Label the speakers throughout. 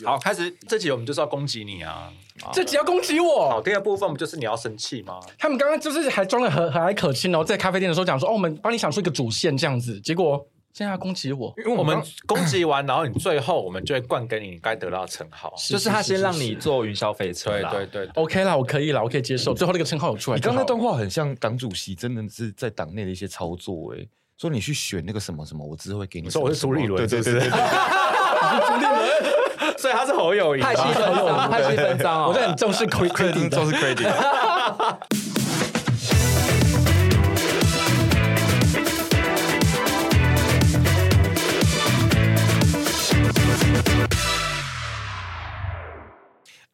Speaker 1: 用。
Speaker 2: 好，，开始这集我们就是要攻击你啊！
Speaker 3: 这集要攻击
Speaker 2: 好，
Speaker 3: 我。
Speaker 2: 哦第二部分不就是你要生气吗？
Speaker 3: 他们刚刚就是还装的和和蔼可亲哦，在咖啡店的时候讲说，哦，我们帮你想出一个主线这样子，结果现在要攻击我，
Speaker 1: 因为
Speaker 2: 我
Speaker 1: 我们
Speaker 2: 们攻击完，然后你最后我们就会灌给你你该得到的称号。
Speaker 4: 就是他先让你坐云霄飞车
Speaker 2: 对
Speaker 4: 啦。
Speaker 2: 对对，对
Speaker 3: OK 啦，我可以啦，我可以接受。最后那个称号有出来
Speaker 4: 嗯你
Speaker 3: 就
Speaker 4: 刚
Speaker 3: 好
Speaker 4: 才
Speaker 3: 了，
Speaker 4: 动画很像党主席，真的是在党内的一些操作哎、说你去选那个什么什么，我之后会给你
Speaker 2: 你
Speaker 4: 什
Speaker 2: 说
Speaker 4: 么什么。
Speaker 2: 我是朱立伦，
Speaker 4: 对对对对
Speaker 2: 是不是， 所以他是侯友谊啊
Speaker 4: 派系
Speaker 2: 吗。
Speaker 4: 分 赃，派系分啊赃
Speaker 3: 啊我在很重视 c r e d i 的
Speaker 4: 对，都。是 credit。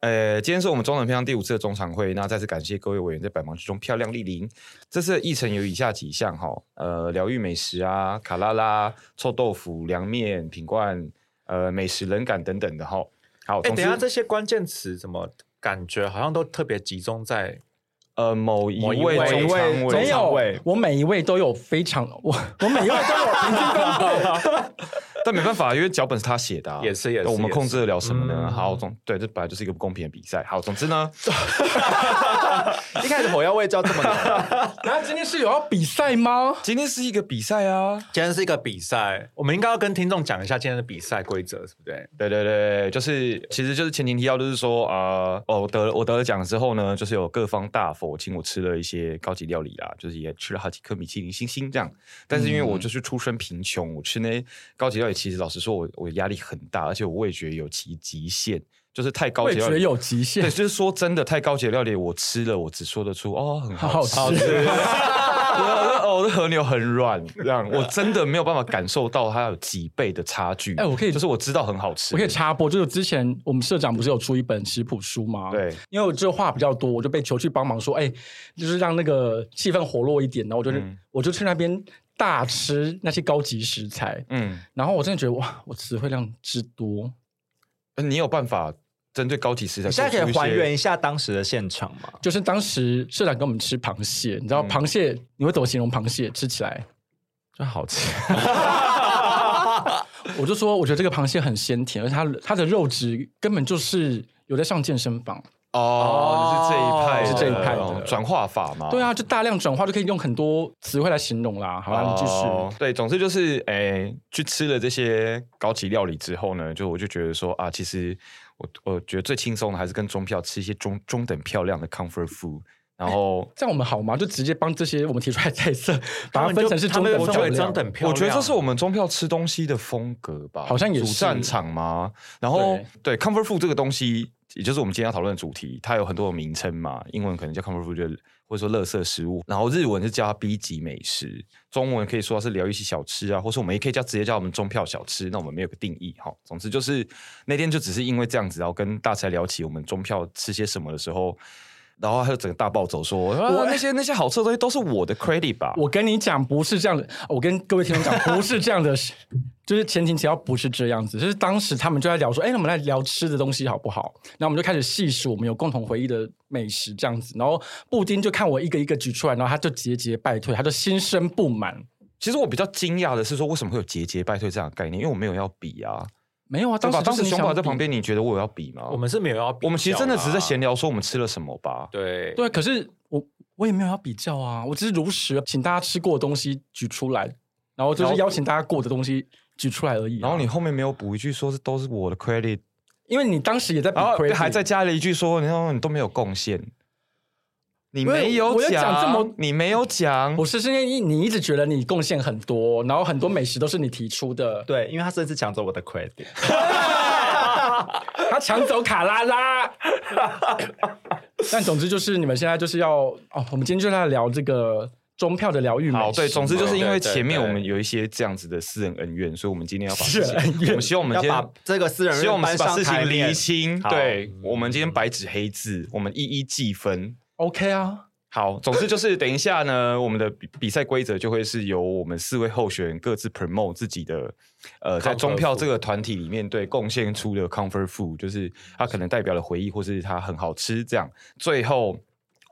Speaker 4: 呃，今天是我们中等偏向第五次的中场会，那再次感谢各位委员在百忙之中漂亮莅临。这次的议程有以下几项哈，呃，疗愈美食啊，卡拉拉、臭豆腐、凉面、品冠，呃，美食冷感等等的哈。好，
Speaker 2: 哎，
Speaker 4: 总之
Speaker 2: 等一下这些关键词怎么感觉好像都特别集中 在
Speaker 4: 呃某一
Speaker 2: 某一
Speaker 4: 位
Speaker 2: 位
Speaker 4: 总常委，
Speaker 3: 没有，我每一位都有非常 我我每一位都有平均分 配。
Speaker 4: 但没办法，因为脚本是他写的、啊，
Speaker 2: 也是也是
Speaker 4: 我们控制得了什么呢？
Speaker 2: 嗯
Speaker 4: 好，总对，这本来就是一个不公平的比赛。好，总之呢，
Speaker 1: 一开始火药味就要这么浓，
Speaker 3: 然后今天是有要比赛吗？
Speaker 4: 今天是一个比赛啊，
Speaker 2: 今天是一个比赛，我们应该要跟听众讲一下今天的比赛规则，是不是？
Speaker 4: 对对对，就是其实就是前情提要，就是说啊、呃哦，我得了我得了奖之后呢，就是有各方大佛请我吃了一些高级料理啦，就是也吃了好几颗米其林星星这样。但是因为
Speaker 2: 嗯
Speaker 4: 我就是出身贫穷，我吃那些高级料理，其实老实说我，我压力很大，而且我味觉有其极限，就是太高
Speaker 3: 味
Speaker 4: 级料
Speaker 3: 觉
Speaker 4: 理。
Speaker 3: 有极限
Speaker 4: 对，，就是说真的，太高级的料理我吃了，我只说得出哦，很
Speaker 3: 好
Speaker 4: 好
Speaker 3: 好
Speaker 4: 吃。
Speaker 3: 吃。
Speaker 4: 哦，我的和牛很软，这样我真的没有办法感受到它有几倍的差距。
Speaker 3: 哎我可以
Speaker 4: 就是我知道很好吃，
Speaker 3: 我可以插播，就是之前我们社长不是有出一本食谱书吗？
Speaker 4: 对，
Speaker 3: 因为我这话比较多，我就被求去帮忙说，哎、就是让那个气氛活络一点。然后我就是、我就去那边大吃那些高级食材，
Speaker 4: 嗯，
Speaker 3: 然后我真的觉得哇，我词汇量之多，
Speaker 4: 呃你有办法针对高级食材
Speaker 1: 你
Speaker 4: 做
Speaker 1: 现
Speaker 4: 出一
Speaker 1: 在
Speaker 4: 些，
Speaker 1: 可以还原一下当时的现场吗？
Speaker 3: 就是当时社长跟我们吃螃蟹，你知道螃蟹、你会怎么形容螃蟹？吃起来，
Speaker 1: 真好吃，
Speaker 3: 我就说我觉得这个螃蟹很鲜甜，而且它它的肉质根本就是有在上健身房。
Speaker 4: 哦，你是这一派的，
Speaker 3: 是这一派的
Speaker 4: 哦转化法嘛？
Speaker 3: 对啊，就大量转化就可以用很多词汇来形容啦。好
Speaker 4: 哦，
Speaker 3: 啦，你继续。
Speaker 4: 对，总之就是诶、去吃了这些高级料理之后呢，就我就觉得说啊，其实我我觉得最轻松的还是跟中票吃一些中中等漂亮的 comfort food，然后。
Speaker 3: 这样我们好吗？就直接帮这些我们提出来的菜色，把它
Speaker 2: 们
Speaker 3: 分
Speaker 2: 就
Speaker 3: 成是
Speaker 2: 他
Speaker 3: 中
Speaker 2: 们
Speaker 3: 等、
Speaker 2: 就
Speaker 3: 漂
Speaker 2: 分为
Speaker 3: 亮
Speaker 2: 中等漂亮。
Speaker 4: 我觉得这是我们中票吃东西的风格吧，
Speaker 3: 好像也是
Speaker 4: 主战场嘛。然后对 comfort food 这个东西，也就是我们今天要讨论的主题，它有很多的名称嘛，英文可能叫 comfort food，就是或者说垃圾食物，然后日文是叫它 B 级美食，中文可以说它是疗愈系小吃啊，或是我们也可以叫直接叫我们中票小吃。那我们没有个定义哈。总之就是那天就只是因为这样子，然后跟大家聊起我们中票吃些什么的时候。然后他就整个大暴走说，啊、那些那些好吃的东西都是我的 credit 吧？
Speaker 3: 我跟你讲，不是这样的。我跟各位听众讲，不是这样的 事，就是前情提要不是这样子。就是当时他们就在聊说，哎、那我们来聊吃的东西好不好？然后我们就开始细数我们有共同回忆的美食这样子。然后布丁就看我一个一个举出来，然后他就节节败退，他就心生不满。
Speaker 4: 其实我比较惊讶的是，说为什么会有节节败退这样的概念？因为我没有要比啊，
Speaker 3: 没有啊，
Speaker 4: 对
Speaker 3: 当
Speaker 4: 吧？
Speaker 3: 时
Speaker 4: 当
Speaker 3: 就是
Speaker 4: 时
Speaker 3: 你
Speaker 4: 熊
Speaker 3: 想
Speaker 4: 宝在
Speaker 3: 比
Speaker 4: 旁。边，你觉得我有要比吗？
Speaker 2: 我们是没有要比较啦，
Speaker 4: 我们其实真的只是在闲聊，说我们吃了什么吧。
Speaker 2: 对啊
Speaker 3: 对，可是我我也没有要比较啊，我只是如实请大家吃过的东西举出来，然后就
Speaker 4: 然
Speaker 3: 是
Speaker 4: 后
Speaker 3: 邀请大家过的东西举出来而已啊、
Speaker 4: 然后你后面没有补一句，说是都是我的 credit，
Speaker 3: 因为你当时也在比
Speaker 4: 然后
Speaker 3: credit，
Speaker 4: 还再加了一句说，你说你都没有贡献，你
Speaker 3: 我有
Speaker 4: 没有
Speaker 3: 我有讲这么
Speaker 4: 你没有讲
Speaker 3: 不，是，是因为你你一直觉得你贡献很多，然后很多美食都是你提出的。
Speaker 1: 对，因为他甚至抢走我的 credit，
Speaker 3: 他抢走卡拉拉。 但总之就是你们现在就是要哦，我们今天就在聊这个中票的疗愈美
Speaker 4: 好，
Speaker 3: 食
Speaker 4: 对，总之就是因
Speaker 2: 对
Speaker 4: 为
Speaker 2: 对
Speaker 4: 前面
Speaker 2: 对
Speaker 4: 我们有一些这样子的私人恩怨，所以我们今天要把
Speaker 3: 私人恩怨
Speaker 4: 我们希望我们
Speaker 1: 要
Speaker 4: 先
Speaker 1: 把这个私人
Speaker 4: 希望我
Speaker 1: 恩
Speaker 4: 们
Speaker 1: 搬
Speaker 4: 把
Speaker 1: 上
Speaker 4: 事
Speaker 1: 台
Speaker 4: 情
Speaker 1: 面
Speaker 4: 厘。清。
Speaker 1: 好
Speaker 4: 对，我们今天白纸黑字，我们一一记分。
Speaker 3: OK 啊，
Speaker 4: 好，总之就是等一下呢， 我们的比比赛规则就会是由我们四位候选人各自 promote 自己的，呃，在
Speaker 2: Comfort
Speaker 4: 中票这个团体里面对贡献出的 comfort food，就是它可能代表了回忆，或是它很好吃这样。最后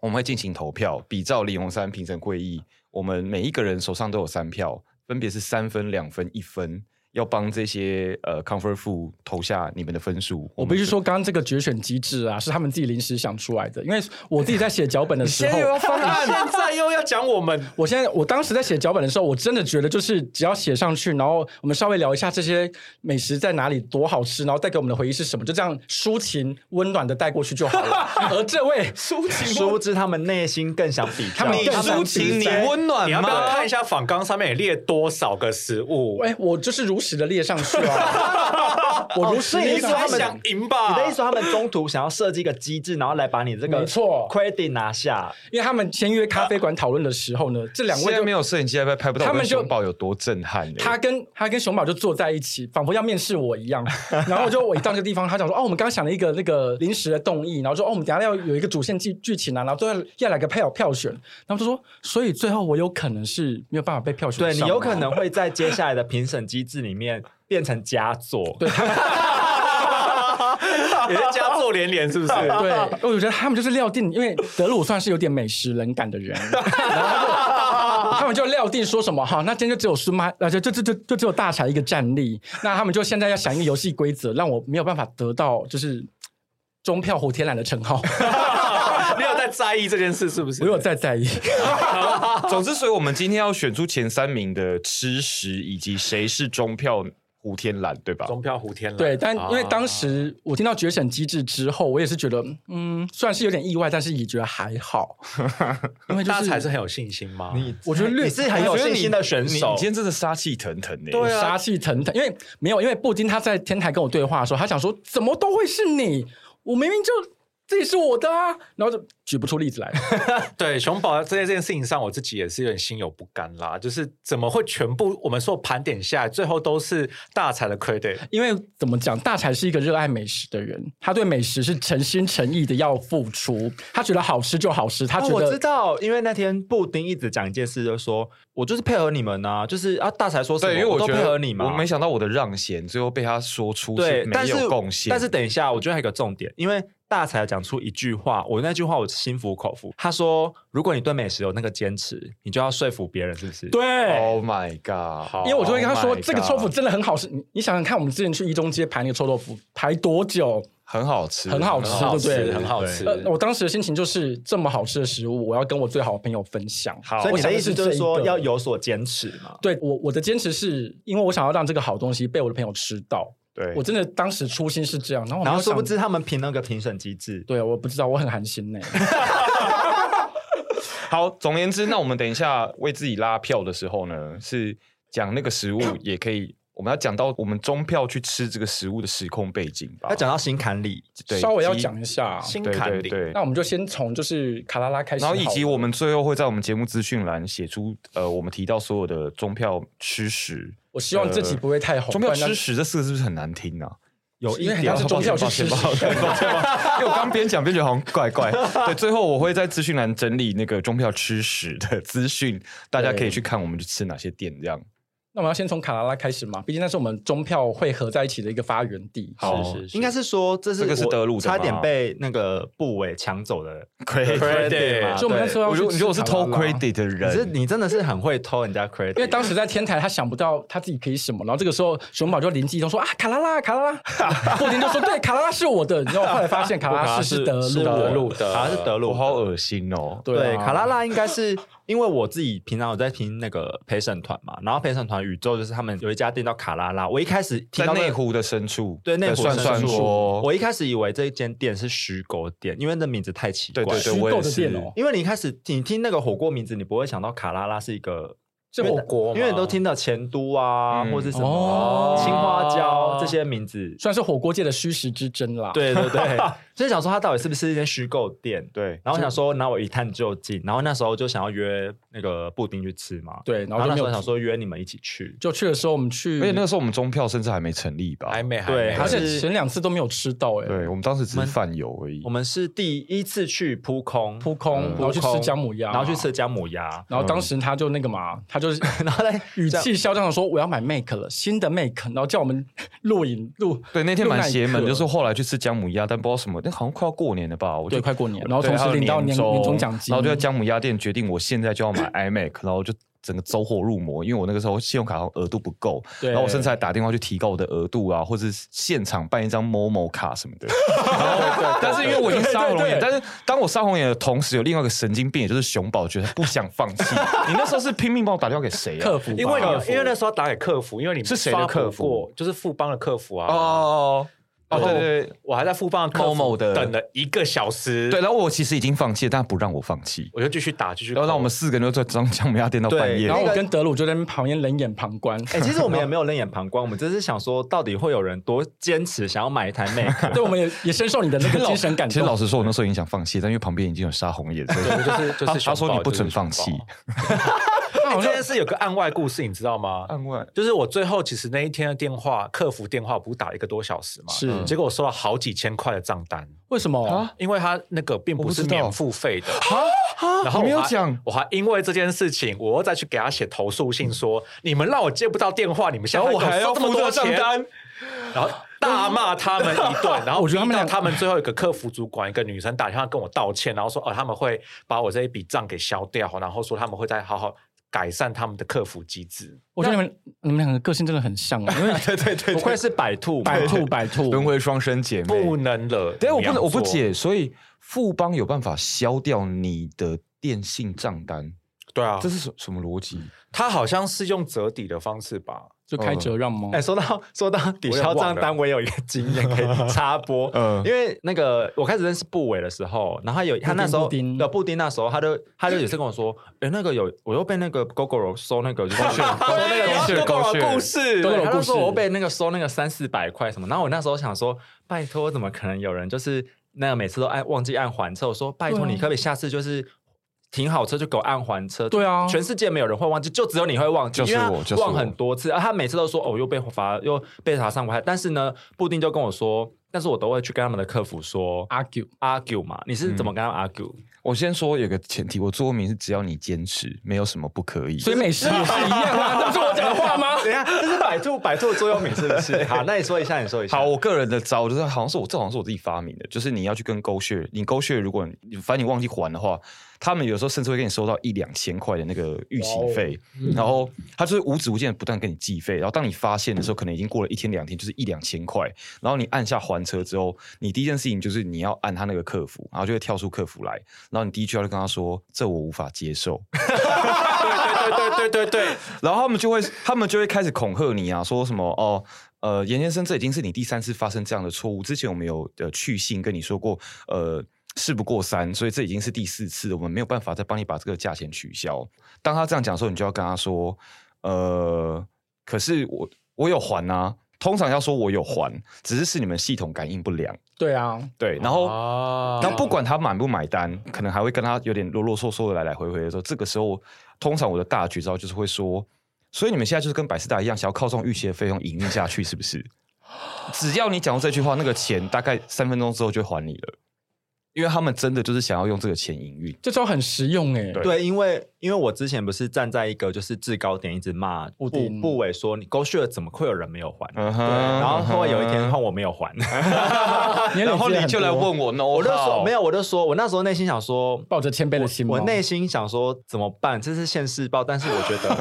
Speaker 4: 我们会进行投票，比照李红山评审会议，我们每一个人手上都有三票，分别是三分、两分、一分。要帮这些呃 comfort food 投下你们的分数。
Speaker 3: 我
Speaker 4: 们
Speaker 3: 必须说，刚刚这个决选机制啊，是他们自己临时想出来的。因为我自己在写脚本的时
Speaker 2: 现
Speaker 3: 候
Speaker 2: 在，又要 方案，现在又要讲我们，
Speaker 3: 我现在我当时在写脚本的时候，我真的觉得就是只要写上去，然后我们稍微聊一下这些美食在哪里多好吃，然后带给我们的回忆是什么，就这样抒情温暖的带过去就好了。而这位
Speaker 2: 抒 情
Speaker 1: 殊不知他们内心更想比较。
Speaker 3: 他们
Speaker 4: 你
Speaker 3: 他们
Speaker 4: 抒情，
Speaker 3: 比
Speaker 4: 你
Speaker 3: 赛
Speaker 4: 温暖
Speaker 2: 你要不要
Speaker 4: 吗？
Speaker 2: 看一下访纲上面也列多少个食物？
Speaker 3: 哎、我就是如实的列上去啊，我如实
Speaker 1: 哦所以
Speaker 3: 列
Speaker 1: 你
Speaker 3: 上
Speaker 1: 说
Speaker 3: 去。
Speaker 1: 他们
Speaker 2: 想赢吧？
Speaker 1: 你的意 思说他们中途想要设计一个机制，然后来把你这个
Speaker 3: 没错
Speaker 1: credit 拿下？
Speaker 3: 因为他们签约咖啡馆讨论的时候呢，这两
Speaker 4: 现
Speaker 3: 位
Speaker 4: 在
Speaker 3: 就
Speaker 4: 没有摄影机，还拍不到
Speaker 3: 他
Speaker 4: 我
Speaker 3: 们
Speaker 4: 跟
Speaker 3: 就
Speaker 4: 熊宝有多震撼、欸。
Speaker 3: 他跟他跟熊宝就坐在一起，仿佛要面试我一样。 然后我就我一到那个地方，他讲说：“哦，我们刚刚想了一个那个临时的动议，然后说哦，我们等一下要有一个主线剧剧情啊，然后最后要来个票票选。”然后就说：“所以最后我有可能是没有办法被票选上
Speaker 1: 对
Speaker 3: 的，
Speaker 1: 你有可能会在接下来的评审机制里面变成佳作。 对，
Speaker 2: 也是佳作连连，是不是？
Speaker 3: 对，我觉得他们就是料定，因为德鲁算是有点美食冷感的人，然后他就他们就料定说什么好，那今天就只有孙妈，那就就就就就只有大柴一个战力，那他们就现在要想一个游戏规则，让我没有办法得到就是中票胡天蓝的称号，
Speaker 2: 你有在在意这件事是不是？
Speaker 3: 我有在在意。
Speaker 4: 总之，所以我们今天要选出前三名的吃食，以及谁是中票胡天蓝，对吧？
Speaker 2: 中票胡天了。
Speaker 3: 对，但因为当时我听到决审机制之后，我也是觉得，嗯，虽然是有点意外，但是也觉得还好，因为就
Speaker 2: 大家
Speaker 3: 是
Speaker 2: 才是很有信心吗？你
Speaker 3: 我觉得略
Speaker 1: 你是很有信心的选
Speaker 4: 你你
Speaker 1: 手
Speaker 4: 今。天真的杀气腾欸腾呢、
Speaker 2: 对啊
Speaker 3: 杀气腾腾，因为没有，因为布丁他在天台跟我对话的时候，他想说怎么都会是你，我明明就这也是我的啊，然后就举不出例子 来。
Speaker 2: 对熊宝在这件事情上，我自己也是有点心有不甘啦。就是怎么会全部我们说盘点下来，最后都是大财的 credit？
Speaker 3: 因为怎么讲，大柴是一个热爱美食的人，他对美食是诚心诚意的要付出，他觉得好吃就好吃，他
Speaker 1: 哦
Speaker 3: 觉
Speaker 1: 我
Speaker 3: 得、
Speaker 1: 知道，因为那天布丁一直讲一件事，就说我就是配合你们呐、就是啊，大才说什么，
Speaker 4: 对，因为
Speaker 1: 我
Speaker 4: 我
Speaker 1: 都
Speaker 4: 觉
Speaker 1: 配
Speaker 4: 得
Speaker 1: 合你嘛。
Speaker 4: 我没想到我的让贤最后被他说出
Speaker 1: 对，但
Speaker 4: 没
Speaker 1: 是
Speaker 4: 有贡献，
Speaker 1: 但是等一下，我觉得还有一个重点，因为大才讲出一句话，我那句话我心服口服。他说，如果你对美食有那个坚持，你就要说服别人，是不是？
Speaker 3: 对。
Speaker 4: Oh my god！
Speaker 3: 因为我就会跟他说
Speaker 4: Oh my
Speaker 3: 这个臭豆腐
Speaker 4: god，
Speaker 3: 真的很好吃。你你想想看，我们之前去一中街排那个臭豆腐，排多久？
Speaker 4: 很好吃，
Speaker 3: 很好吃
Speaker 2: 很好
Speaker 3: 对不
Speaker 2: 吃，
Speaker 3: 对
Speaker 2: 很好吃。
Speaker 3: 呃，我当时的心情就是这么好吃的食物，我要跟我最好的朋友分享。
Speaker 1: 好所以
Speaker 3: 我
Speaker 1: 你
Speaker 3: 想
Speaker 1: 的
Speaker 3: 的
Speaker 1: 意思
Speaker 3: 是
Speaker 1: 就
Speaker 3: 这
Speaker 1: 是
Speaker 3: 一
Speaker 1: 说
Speaker 3: 个
Speaker 1: 要有所坚持嘛？
Speaker 3: 对我我的坚持是因为我想要让这个好东西被我的朋友吃到，
Speaker 4: 对，
Speaker 3: 我真的当时初心是这样，然后我没
Speaker 1: 然
Speaker 3: 有
Speaker 1: 后殊不
Speaker 3: 想
Speaker 1: 知他们评那个评审机制，
Speaker 3: 对，我不知道，我很寒心呢、
Speaker 4: 好。总而言之，那我们等一下为自己拉票的时候呢，是讲那个食物也可以，我们要讲到我们中票去吃这个食物的时空背景吧。
Speaker 1: 要讲到心坎里，
Speaker 4: 对
Speaker 3: 稍微要
Speaker 4: 及
Speaker 3: 讲一下。
Speaker 2: 心
Speaker 4: 对
Speaker 2: 坎
Speaker 4: 对
Speaker 2: 里，
Speaker 4: 对
Speaker 3: 那。我们就先从就是卡拉拉开始
Speaker 4: 然
Speaker 3: 好
Speaker 4: 后
Speaker 3: 了，
Speaker 4: 以及我们最后会在我们节目资讯栏写出，呃，我们提到所有的中票吃食，
Speaker 3: 我希望这集不会太红，
Speaker 4: 中
Speaker 3: 不
Speaker 4: 票
Speaker 3: 然那
Speaker 4: 呃吃食这四个字是不是很难听啊？
Speaker 1: 有一
Speaker 3: 因为很
Speaker 1: 点
Speaker 3: 像是中票去
Speaker 4: 抱歉
Speaker 3: 吃
Speaker 4: 抱歉抱歉抱歉，因为我刚边讲边觉得好像怪怪。对，最后我会在资讯栏整理那个中票吃屎的资讯，大家可以去看我们去吃哪些店这样。
Speaker 3: 那我们要先从卡拉拉开始嘛，毕竟那是我们中票汇合在一起的一个发源地。
Speaker 4: 好啊
Speaker 2: 是是
Speaker 1: 应该是说这是
Speaker 4: 这个是
Speaker 1: 我
Speaker 4: 德鲁的
Speaker 1: 差
Speaker 4: 吗
Speaker 1: 点被那个部委抢走的
Speaker 4: 亏
Speaker 2: Credit
Speaker 1: 嘛
Speaker 3: 就我们那时候
Speaker 1: 对
Speaker 3: 要
Speaker 4: 我
Speaker 3: 去
Speaker 4: 觉得
Speaker 3: 吃
Speaker 4: 你觉得我是
Speaker 3: 卡拉
Speaker 4: 偷
Speaker 3: 拉
Speaker 4: credit 的
Speaker 1: 你是
Speaker 4: 人，
Speaker 1: 你真的是很会偷人家 credit，
Speaker 3: 因为当时在天台，他想不到他自己可以什么，然后这个时候熊宝就灵机一动说啊卡拉拉卡拉拉， 布丁就说对卡拉拉是我的，然后后来发现卡拉拉是德
Speaker 1: 是
Speaker 3: 鲁，
Speaker 2: 鲁的
Speaker 1: 好像是德鲁
Speaker 4: 我
Speaker 1: 的，
Speaker 4: 好恶心哦。
Speaker 1: 对，
Speaker 3: 啊
Speaker 1: 卡拉拉应该是因为我自己平常有在听那个陪审团嘛，然后陪审团宇宙就是他们有一家店叫卡拉拉，我一开始听
Speaker 4: 在
Speaker 1: 到那
Speaker 4: 内湖的深处，
Speaker 1: 对内湖
Speaker 4: 算
Speaker 1: 深
Speaker 4: 算
Speaker 1: 处
Speaker 4: 说，
Speaker 1: 我一开始以为这间店是虚构店，因为那名字太奇怪
Speaker 4: 对
Speaker 1: 了。
Speaker 4: 对对，
Speaker 3: 虚
Speaker 4: 我
Speaker 3: 构
Speaker 4: 也
Speaker 3: 的
Speaker 4: 是
Speaker 3: 电。脑
Speaker 1: 因为你一开始你听那个火锅名字，你不会想到卡拉拉是一个
Speaker 3: 是火锅吗
Speaker 1: 因为你都听到前都啊，
Speaker 4: 哦嗯哦
Speaker 1: 或是什么啊
Speaker 3: 哦
Speaker 1: 青花椒这些名字。
Speaker 3: 算是火锅界的虚实之争啦。，
Speaker 1: 对 对对，所以想说它到底是不是一间虚构店？
Speaker 4: 对，
Speaker 1: 然后想说，那我一探究竟。然后那时候就想要约那个布丁去吃嘛。
Speaker 3: 对然
Speaker 1: 然
Speaker 3: 后就没
Speaker 1: 那时
Speaker 3: 有
Speaker 1: 候想说约你们一起去。
Speaker 3: 就去的时候我们去，
Speaker 4: 而且那个时候我们中票甚至还没成立吧？
Speaker 2: 还没，还
Speaker 1: 对
Speaker 2: 没
Speaker 1: 它
Speaker 3: 而
Speaker 1: 是
Speaker 3: 且前两次都没有吃到哎、
Speaker 4: 对，我们当时只
Speaker 1: 我
Speaker 4: 是
Speaker 1: 们
Speaker 4: 饭友而已
Speaker 1: 我。们是第一次去扑空，
Speaker 3: 扑空，然后去吃姜母鸭，
Speaker 1: 然后去吃，姜母鸭，
Speaker 3: 然后当时他就那个嘛，他就是
Speaker 1: 然后嘞，
Speaker 3: 语气嚣张的说我要买 Make 了，新的 Make，然后叫我们录影录，
Speaker 4: 对，那天蛮邪
Speaker 3: 录
Speaker 4: 门，
Speaker 3: 一刻
Speaker 4: 就是后来去吃姜母鸭，但不知道什么，那好像快要过年了吧？我就
Speaker 3: 对快过年然后同时领到年
Speaker 4: 终
Speaker 3: 年终奖金
Speaker 4: 然后就在姜母鸭店决定，我现在就要买 iMac，然后就整个走火入魔，因为我那个时候信用卡好像额度不够，
Speaker 3: 对
Speaker 4: 然后我甚至还打电话去提高我的额度啊，或者是现场办一张某某卡什么 的。然后但是因为我已经杀红眼，但是当我杀红眼的同时，有另外一个神经病，也就是熊 宝，觉得他不想放弃。你那时候是拼命帮我打电话给谁啊？
Speaker 3: 客服吧，
Speaker 2: 因为你因为那时候打给客服，因为你
Speaker 4: 是谁的客服
Speaker 2: 刷不过就是富邦的客服啊。
Speaker 4: 哦哦哦哦，对对对
Speaker 2: 我还在富邦的客服
Speaker 4: 某某的
Speaker 2: 等了一个小时，
Speaker 4: 对。，然后我其实已经放弃了，但他不让我放弃，
Speaker 2: 我就继续打，继续
Speaker 4: 然
Speaker 2: 扣。
Speaker 4: 后让我们四个人就在张姜母鸭店到半夜
Speaker 3: 然。后
Speaker 1: 那
Speaker 3: 我
Speaker 1: 个
Speaker 3: 跟德鲁就在那边旁边冷眼旁观。
Speaker 1: 哎、其实我们也没有冷眼旁观，我们只是想说，到底会有人多坚持想要买一台 Mac？
Speaker 3: 对，我们也也深受你的那个精神感
Speaker 4: 其实老
Speaker 3: 动。
Speaker 4: 实说，我那时候已经想放弃，但因为旁边已经有杀红眼，所以
Speaker 2: 对就是就是
Speaker 4: 他
Speaker 2: 熊
Speaker 4: 他说
Speaker 2: 抱
Speaker 4: 你不
Speaker 2: 就是
Speaker 4: 准
Speaker 2: 熊
Speaker 4: 放弃
Speaker 2: 抱。哎这件事有个案外故事，你知道吗？
Speaker 4: 案外
Speaker 2: 就是我最后其实那一天的电话，客服电话不是打了一个多小时嘛？
Speaker 3: 是
Speaker 2: 嗯结果我收到好几千块的账单，
Speaker 3: 为什么？
Speaker 2: 因为他那个并不是
Speaker 4: 我不知道
Speaker 2: 免付费的。然后我
Speaker 4: 你没有
Speaker 2: 还
Speaker 4: 讲
Speaker 2: 我还因为这件事情，我又再去给他写投诉信说，你们让我接不到电话，你们现在给收这么多钱，
Speaker 4: 单，
Speaker 2: 然后大骂他们 一顿，然后
Speaker 3: 我觉得他们
Speaker 2: 逼到
Speaker 3: 俩
Speaker 2: 他们最后一个客服主管一个女生打电话跟我道歉，然后说哦他们会把我这一笔账给消掉，然后说他们会再好好改善他们的客服机制。
Speaker 3: 我觉得你们你们两个个性真的很像 啊，因为
Speaker 4: 对对对
Speaker 1: 不愧是百兔嘛，
Speaker 3: 百兔百兔，
Speaker 4: 轮回双生姐妹。
Speaker 2: 不能了，
Speaker 4: 对，我
Speaker 2: 你
Speaker 4: 不
Speaker 2: 要
Speaker 4: 能，我不
Speaker 2: 做。
Speaker 4: 解，所以富邦有办法消掉你的电信账单，
Speaker 2: 对啊
Speaker 4: 这，是什什么逻辑？
Speaker 2: 他好像是用折抵的方式吧？
Speaker 3: 就开折让吗
Speaker 1: 哎、？说到说到抵消账单，我也有一个经验可以插播。
Speaker 4: 嗯
Speaker 1: 因为那个我开始认识布伟的时候，然后他有他那时候呃
Speaker 3: 布丁布丁
Speaker 1: 对布丁那时候，他就他就也是跟我说，哎、那个有我又被那个 GoGo 收那个就是 收那个
Speaker 4: 狗血狗血
Speaker 2: 故 事，
Speaker 3: 狗
Speaker 1: 对，
Speaker 3: 血
Speaker 1: 他
Speaker 3: 故
Speaker 1: 就说
Speaker 3: 事
Speaker 1: 我被那个收那个三四百块什么，然后我那时候想说，拜托，怎么可能有人就是那个每次都按忘记按还车？我说拜托，
Speaker 3: 对啊
Speaker 1: 你可不可以下次就是停好车就给我按还车？
Speaker 3: 对啊
Speaker 1: 全世界没有人会忘记，就只有你会忘记，
Speaker 4: 就是
Speaker 1: 因为他
Speaker 4: 我就是
Speaker 1: 忘
Speaker 4: 我
Speaker 1: 很多次，啊，他每次都说哦又被罚又被查上过害，但是呢，布丁就跟我说，但是我都会去跟他们的客服说
Speaker 3: argue
Speaker 1: argue 嘛，你是怎么跟他们 argue？
Speaker 4: 我先说有个前提，我座右铭是只要你坚持，没有什么不可以。
Speaker 3: 所以美食也是一样 啊，那不是我讲的话吗？
Speaker 1: 等一下，啊这是百度百度的座右铭是不是？好，那你说一下，你说一下。
Speaker 4: 好，我个人的招就是，好像是我这好像是我自己发明的，就是你要去跟勾血，你勾血，如果你反正你忘记还的话，他们有时候甚至会给你收到一两千块的那个逾期费，
Speaker 1: 哦
Speaker 4: 然后他就是无止无尽的不断跟你计费，然后当你发现的时候，可能已经过了一天两天，就是一两千块，然后你按下还车之后，你第一件事情就是你要按他那个客服，然后就会跳出客服来，然后你第一句话就跟他说，这我无法接受，
Speaker 2: 对对对对对对，
Speaker 4: 然后他们就会，他们就会开始恐吓你啊，说什么哦，呃，严先生，这已经是你第三次发生这样的错误，之前我们有呃去信跟你说过，呃。事不过三，所以这已经是第四次，我们没有办法再帮你把这个价钱取消。当他这样讲的时候，你就要跟他说，呃，可是我我有还啊，通常要说我有还，只是是你们系统感应不良，
Speaker 3: 对啊，
Speaker 4: 对，然后
Speaker 1: 哦
Speaker 2: 啊
Speaker 4: 那不管他买不买单，可能还会跟他有点啰啰嗦嗦的来来回回的时候，这个时候通常我的大绝招就是会说，所以你们现在就是跟百事达一样，想要靠这种预期的费用营运下去，是不是？ 只要你讲到这句话，那个钱大概三分钟之后就还你了，因为他们真的就是想要用这个钱营运。
Speaker 3: 这招很实用哎。
Speaker 4: 对
Speaker 1: 对，因为因为我之前不是站在一个就是制高点，一直骂
Speaker 3: 布
Speaker 1: 布
Speaker 3: 丁
Speaker 1: 布伟说你狗血怎么会有人没有还？
Speaker 4: 嗯哼
Speaker 1: 对然后后来有一
Speaker 4: 嗯
Speaker 1: 天
Speaker 4: 哼
Speaker 1: 换我没有还，
Speaker 3: 你的
Speaker 4: 然
Speaker 3: 累积
Speaker 4: 后
Speaker 3: 很
Speaker 4: 你
Speaker 3: 多
Speaker 4: 就来问我 no，
Speaker 1: 我就说
Speaker 4: how
Speaker 1: 没有，我就说我那时候内心想说。
Speaker 3: 抱着谦卑的心吗，
Speaker 1: 我内心想说怎么办？这是现世报，但是我觉得，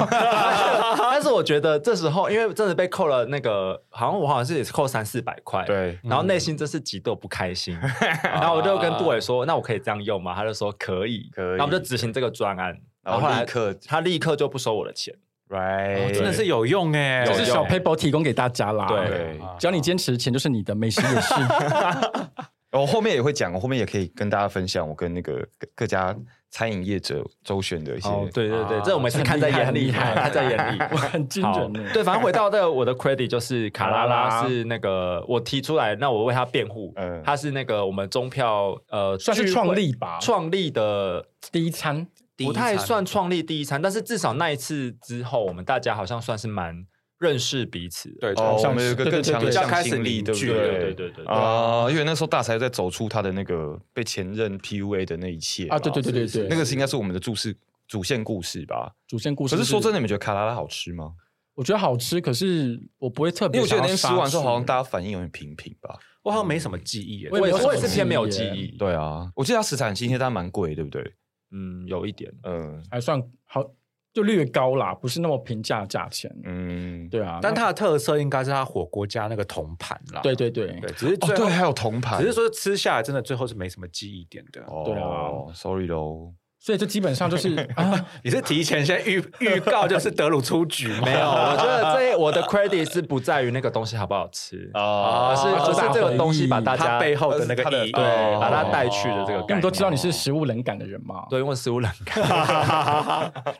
Speaker 1: 但是我觉得这时候，因为真的被扣了那个，好像我好像是也是扣三四百块，
Speaker 4: 对
Speaker 1: 然后
Speaker 3: 嗯
Speaker 1: 内心真是极度不 开心，然后我就跟布伟说：“那我可以这样用吗？”他就说：“可以。”
Speaker 4: 可以
Speaker 1: 然后我们就执行这个专案，
Speaker 4: 然后
Speaker 1: 后来哦
Speaker 4: 立刻
Speaker 1: 他立刻就不收我的钱。
Speaker 4: ，right，
Speaker 2: 哦真的是有用哎，
Speaker 3: 这
Speaker 1: 有
Speaker 3: 是
Speaker 1: 用
Speaker 3: 小 paper 提供给大家啦。
Speaker 1: 对
Speaker 4: 对。
Speaker 3: 只要你坚持，钱就是你的，美食也 是。
Speaker 4: 我哦后面也会讲，我后面也可以跟大家分享我跟那个各各家餐饮业者周旋的一些。
Speaker 1: 哦对对对，
Speaker 2: 啊
Speaker 1: 这我们是看在眼里，
Speaker 3: 很厉害很厉害
Speaker 1: 看在眼里。
Speaker 3: 我很欸惊
Speaker 1: 好
Speaker 3: 人耶，
Speaker 1: 对，反正回到这个我的 credit 就是卡拉
Speaker 4: 卡拉
Speaker 1: 拉
Speaker 4: 拉
Speaker 1: 是那个我提出来，那我为他辩护
Speaker 4: 嗯。
Speaker 1: 他是那个我们中票呃
Speaker 3: 算是
Speaker 1: 聚会
Speaker 3: 创立吧，
Speaker 1: 创立的
Speaker 3: 第一餐
Speaker 1: 不太算创立第一餐，但是至少那一次之后，我们大家好像算是蛮认识彼此的。
Speaker 2: 对，
Speaker 4: 哦，
Speaker 2: 从
Speaker 4: 我们有一个更强的
Speaker 2: 对对对
Speaker 4: 向
Speaker 2: 开始
Speaker 4: 心力，
Speaker 2: 凝
Speaker 4: 对不
Speaker 2: 聚
Speaker 1: 了
Speaker 4: 对？
Speaker 1: 对对对对
Speaker 4: 啊、因为那时候大才在走出他的那个被前任 PUA 的那一切
Speaker 3: 啊，
Speaker 4: 嘛
Speaker 3: 对对对对对，
Speaker 4: 那个是应该是我们的注释主线故事吧。
Speaker 3: 主线故事。
Speaker 4: 可是说真的，，你们觉得卡拉拉好吃吗？
Speaker 3: 我觉得好吃，可是我不会特
Speaker 4: 因为
Speaker 3: 别
Speaker 4: 我觉
Speaker 3: 想
Speaker 4: 得
Speaker 3: 要
Speaker 4: 那
Speaker 3: 杀去。
Speaker 4: 天吃完之后，好像大家反应有点平平吧。
Speaker 2: 我好像没什么记忆耶，
Speaker 3: 我也没有
Speaker 1: 我也
Speaker 3: 什么
Speaker 1: 是偏没有
Speaker 3: 记
Speaker 1: 记
Speaker 3: 忆耶
Speaker 1: 忆，
Speaker 4: 对啊，我记得它食材很新鲜，但蛮贵，对不对？
Speaker 1: 嗯，有一点。
Speaker 4: 嗯，
Speaker 3: 还算好。就略高啦，不是那么平价的价钱。
Speaker 4: 嗯，
Speaker 3: 对啊，
Speaker 2: 但
Speaker 3: 那
Speaker 2: 它的特色应该是它火锅加那个铜盘啦。
Speaker 3: 对对对，
Speaker 2: 对，只是
Speaker 4: 哦
Speaker 2: 最后、
Speaker 4: 对，还有铜盘，
Speaker 2: 只是说吃下来真的最后是没什么记忆点的。
Speaker 3: 对
Speaker 4: 哦
Speaker 3: 啊
Speaker 4: ，sorry 喽，
Speaker 3: 所以就基本上就是啊，
Speaker 2: 你是提前先预预告就是德鲁出局吗？
Speaker 1: 没 有，我觉得这我的 credit 是不在于那个东西好不好吃，
Speaker 4: 啊
Speaker 1: 而是
Speaker 2: 哦
Speaker 1: 就是这个东西把大
Speaker 2: 它
Speaker 1: 家
Speaker 2: 背后的那个
Speaker 4: 它的
Speaker 2: 意义，
Speaker 1: 对
Speaker 4: 哦
Speaker 1: 把它带去的这个
Speaker 3: 因为
Speaker 1: 概
Speaker 3: 你
Speaker 1: 念
Speaker 3: 都知道你是食物冷感的人嘛。
Speaker 1: 对，因为食物冷感，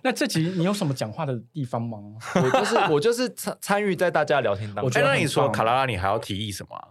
Speaker 3: 那这集你有什么讲话的地方吗？
Speaker 1: 我就是我就是参参与在大家的聊天当
Speaker 3: 我觉
Speaker 2: 哎，
Speaker 1: 中，
Speaker 3: 得
Speaker 2: 那
Speaker 3: 很
Speaker 2: 你说
Speaker 3: 棒
Speaker 2: 卡拉拉，你还要提议什么啊？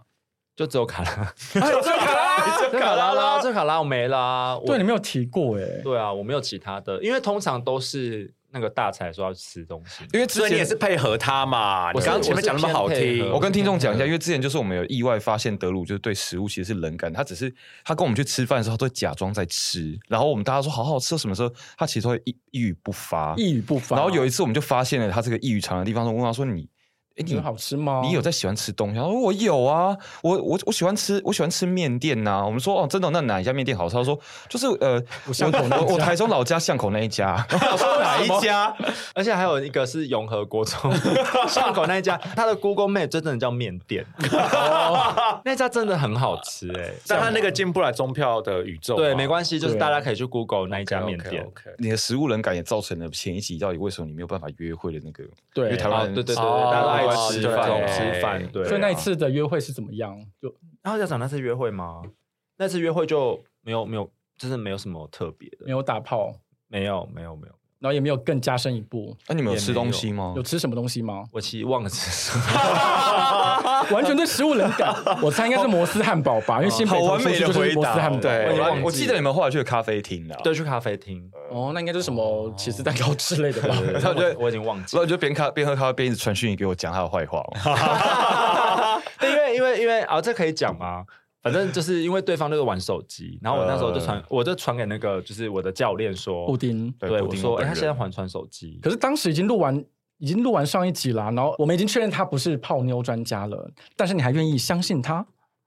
Speaker 1: 就只有卡 拉，
Speaker 2: 这卡 拉，
Speaker 1: 就卡拉啦，就卡拉我没啦，我
Speaker 3: 对，你没有提过哎、
Speaker 1: 对啊，我没有其他的，因为通常都是那个大才说要吃东西，
Speaker 4: 因为之
Speaker 2: 所以你也
Speaker 4: 前呃
Speaker 2: 是配合他嘛？你
Speaker 1: 我是
Speaker 2: 刚刚前面讲那么好
Speaker 1: 我是偏配
Speaker 2: 听
Speaker 1: 合，
Speaker 4: 我跟听众讲一下，因为之前就是我们有意外发现德鲁就是对食物其实是冷感，他只是他跟我们去吃饭的时候，他都会假装在吃，然后我们大家说好好吃，哦什么时候他其实都会一一语不发。
Speaker 3: 一语不发。
Speaker 4: 然后有一次我们就发现了他这个异于常人的地方，我问他说你，哎
Speaker 3: 你
Speaker 4: 你
Speaker 3: 觉得好啊吃吗？
Speaker 4: 你有在喜欢吃东西？他说我有啊，我我我喜欢吃，我喜欢吃面店呐、我们说哦，真的哦，那哪一家面店好吃？他说就是呃，我
Speaker 3: 巷口那一
Speaker 4: 我我
Speaker 3: 家
Speaker 4: 台中老家巷口那一家。
Speaker 1: 我说 哪一家？ 而且还有一个是永和国 中巷口那一家，它的 Google Map 真正叫面店， 那家真的很好吃哎、
Speaker 2: 但他那个进不来中票的宇宙嘛，
Speaker 1: 对，没关系，就是
Speaker 3: 对啊
Speaker 1: 大家可以去 Google 那一家面
Speaker 2: OK，OK，OK
Speaker 1: 店。
Speaker 4: 你的食物冷感也造成了前一集到底为什么你没有办法约会的那个，因
Speaker 3: 对
Speaker 4: 为台
Speaker 1: 啊，
Speaker 4: 湾
Speaker 1: 对
Speaker 4: 人
Speaker 1: 对对
Speaker 2: 哦
Speaker 1: 对，大家都爱吃
Speaker 2: 对
Speaker 1: 饭，吃饭，对。啊
Speaker 3: 所以那一次的约会是怎么样？就
Speaker 1: 然后要讲那次约会吗？那次约会就没有没有，真的没有什么特别的
Speaker 3: 没，有打炮，
Speaker 1: 没有没有没有，
Speaker 3: 然后也没有更加深一步。
Speaker 4: 那、啊你们有
Speaker 1: 也
Speaker 4: 吃
Speaker 1: 没
Speaker 4: 东
Speaker 1: 有
Speaker 4: 西吗
Speaker 3: 有？吃什么东西吗？
Speaker 1: 我其实忘了吃什么。
Speaker 3: 完全对食物冷感，我猜应该是摩斯汉堡吧，因为新
Speaker 4: 哦
Speaker 3: 北投出去就是摩斯汉堡。
Speaker 2: 对
Speaker 3: 我也
Speaker 4: 我
Speaker 3: 哦忘
Speaker 4: 我记得你们后来去咖啡厅啊啦，
Speaker 1: 对，去咖啡厅，
Speaker 3: 哦，那应该就是什么起司蛋糕之类的吧？
Speaker 1: 对
Speaker 4: 他觉得
Speaker 1: 我我已经忘记
Speaker 4: 所以
Speaker 1: 了
Speaker 4: 我。就边咖边喝咖啡边一直传讯息给我讲他的坏话哦、
Speaker 1: 对，因为因为因为啊，这可以讲吗？反正就是因为对方就是玩手机，然后我那时候就传，我就传给那个就是我的教练
Speaker 3: 呃布
Speaker 1: 说，
Speaker 3: 丁。
Speaker 4: 对
Speaker 1: 对
Speaker 4: 布
Speaker 1: 我
Speaker 4: 丁
Speaker 1: 说，
Speaker 4: 我
Speaker 1: 哎、
Speaker 4: 本
Speaker 1: 他
Speaker 4: 人
Speaker 1: 现在还传手机，
Speaker 3: 可是当时已经录完，已经录完上一集啦，然后我们已经确认他不是泡妞专家了，但是你还愿意相信他，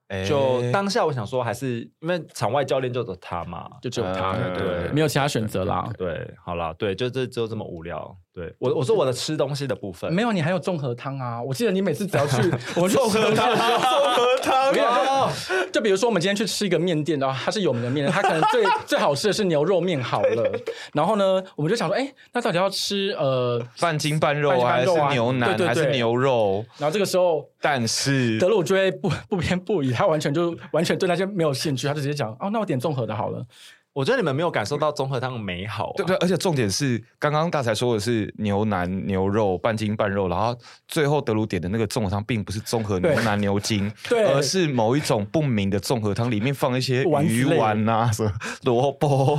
Speaker 4: 哎
Speaker 1: 就当下我想说，还是因为场外教练就只有他嘛，
Speaker 3: 就只有他，
Speaker 4: 嗯
Speaker 1: 啊 对
Speaker 3: 没有其他选择啦。
Speaker 1: 对，好啦，对，就这就这么无聊。对我我说我的吃东西的部分，
Speaker 3: 没有，你还有综合汤啊！我记得你每次只要 去，我们去综合汤，
Speaker 2: 汤啊，
Speaker 3: 就比如说，我们今天去吃一个面店，然后它是有名的面店，它可能最 最好吃的是牛肉面好了。然后呢，我们就想说，哎，那到底要吃呃？
Speaker 4: 半斤半肉啊，
Speaker 3: 半
Speaker 4: 还
Speaker 3: 斤半肉啊
Speaker 4: 是牛腩，
Speaker 3: 对对对
Speaker 4: 还是 牛肉？
Speaker 3: 然后这个时候，
Speaker 4: 但是
Speaker 3: 德鲁就会不 不偏不倚，他完全就完全对那些没有兴趣，他就直接讲，哦，那我点综合的好了。
Speaker 1: 我觉得你们没有感受到综合汤的美好、啊，
Speaker 4: 对对，而且重点是，刚刚大才说的是牛腩牛肉半斤半肉，然后最后德鲁点的那个综合汤并不是综合 牛
Speaker 3: 对
Speaker 4: 腩牛筋，
Speaker 3: 对
Speaker 4: 而是某一种不明的综合汤，里面放一些
Speaker 3: 丸子
Speaker 4: 鱼
Speaker 3: 类
Speaker 4: 丸啊，什么萝卜，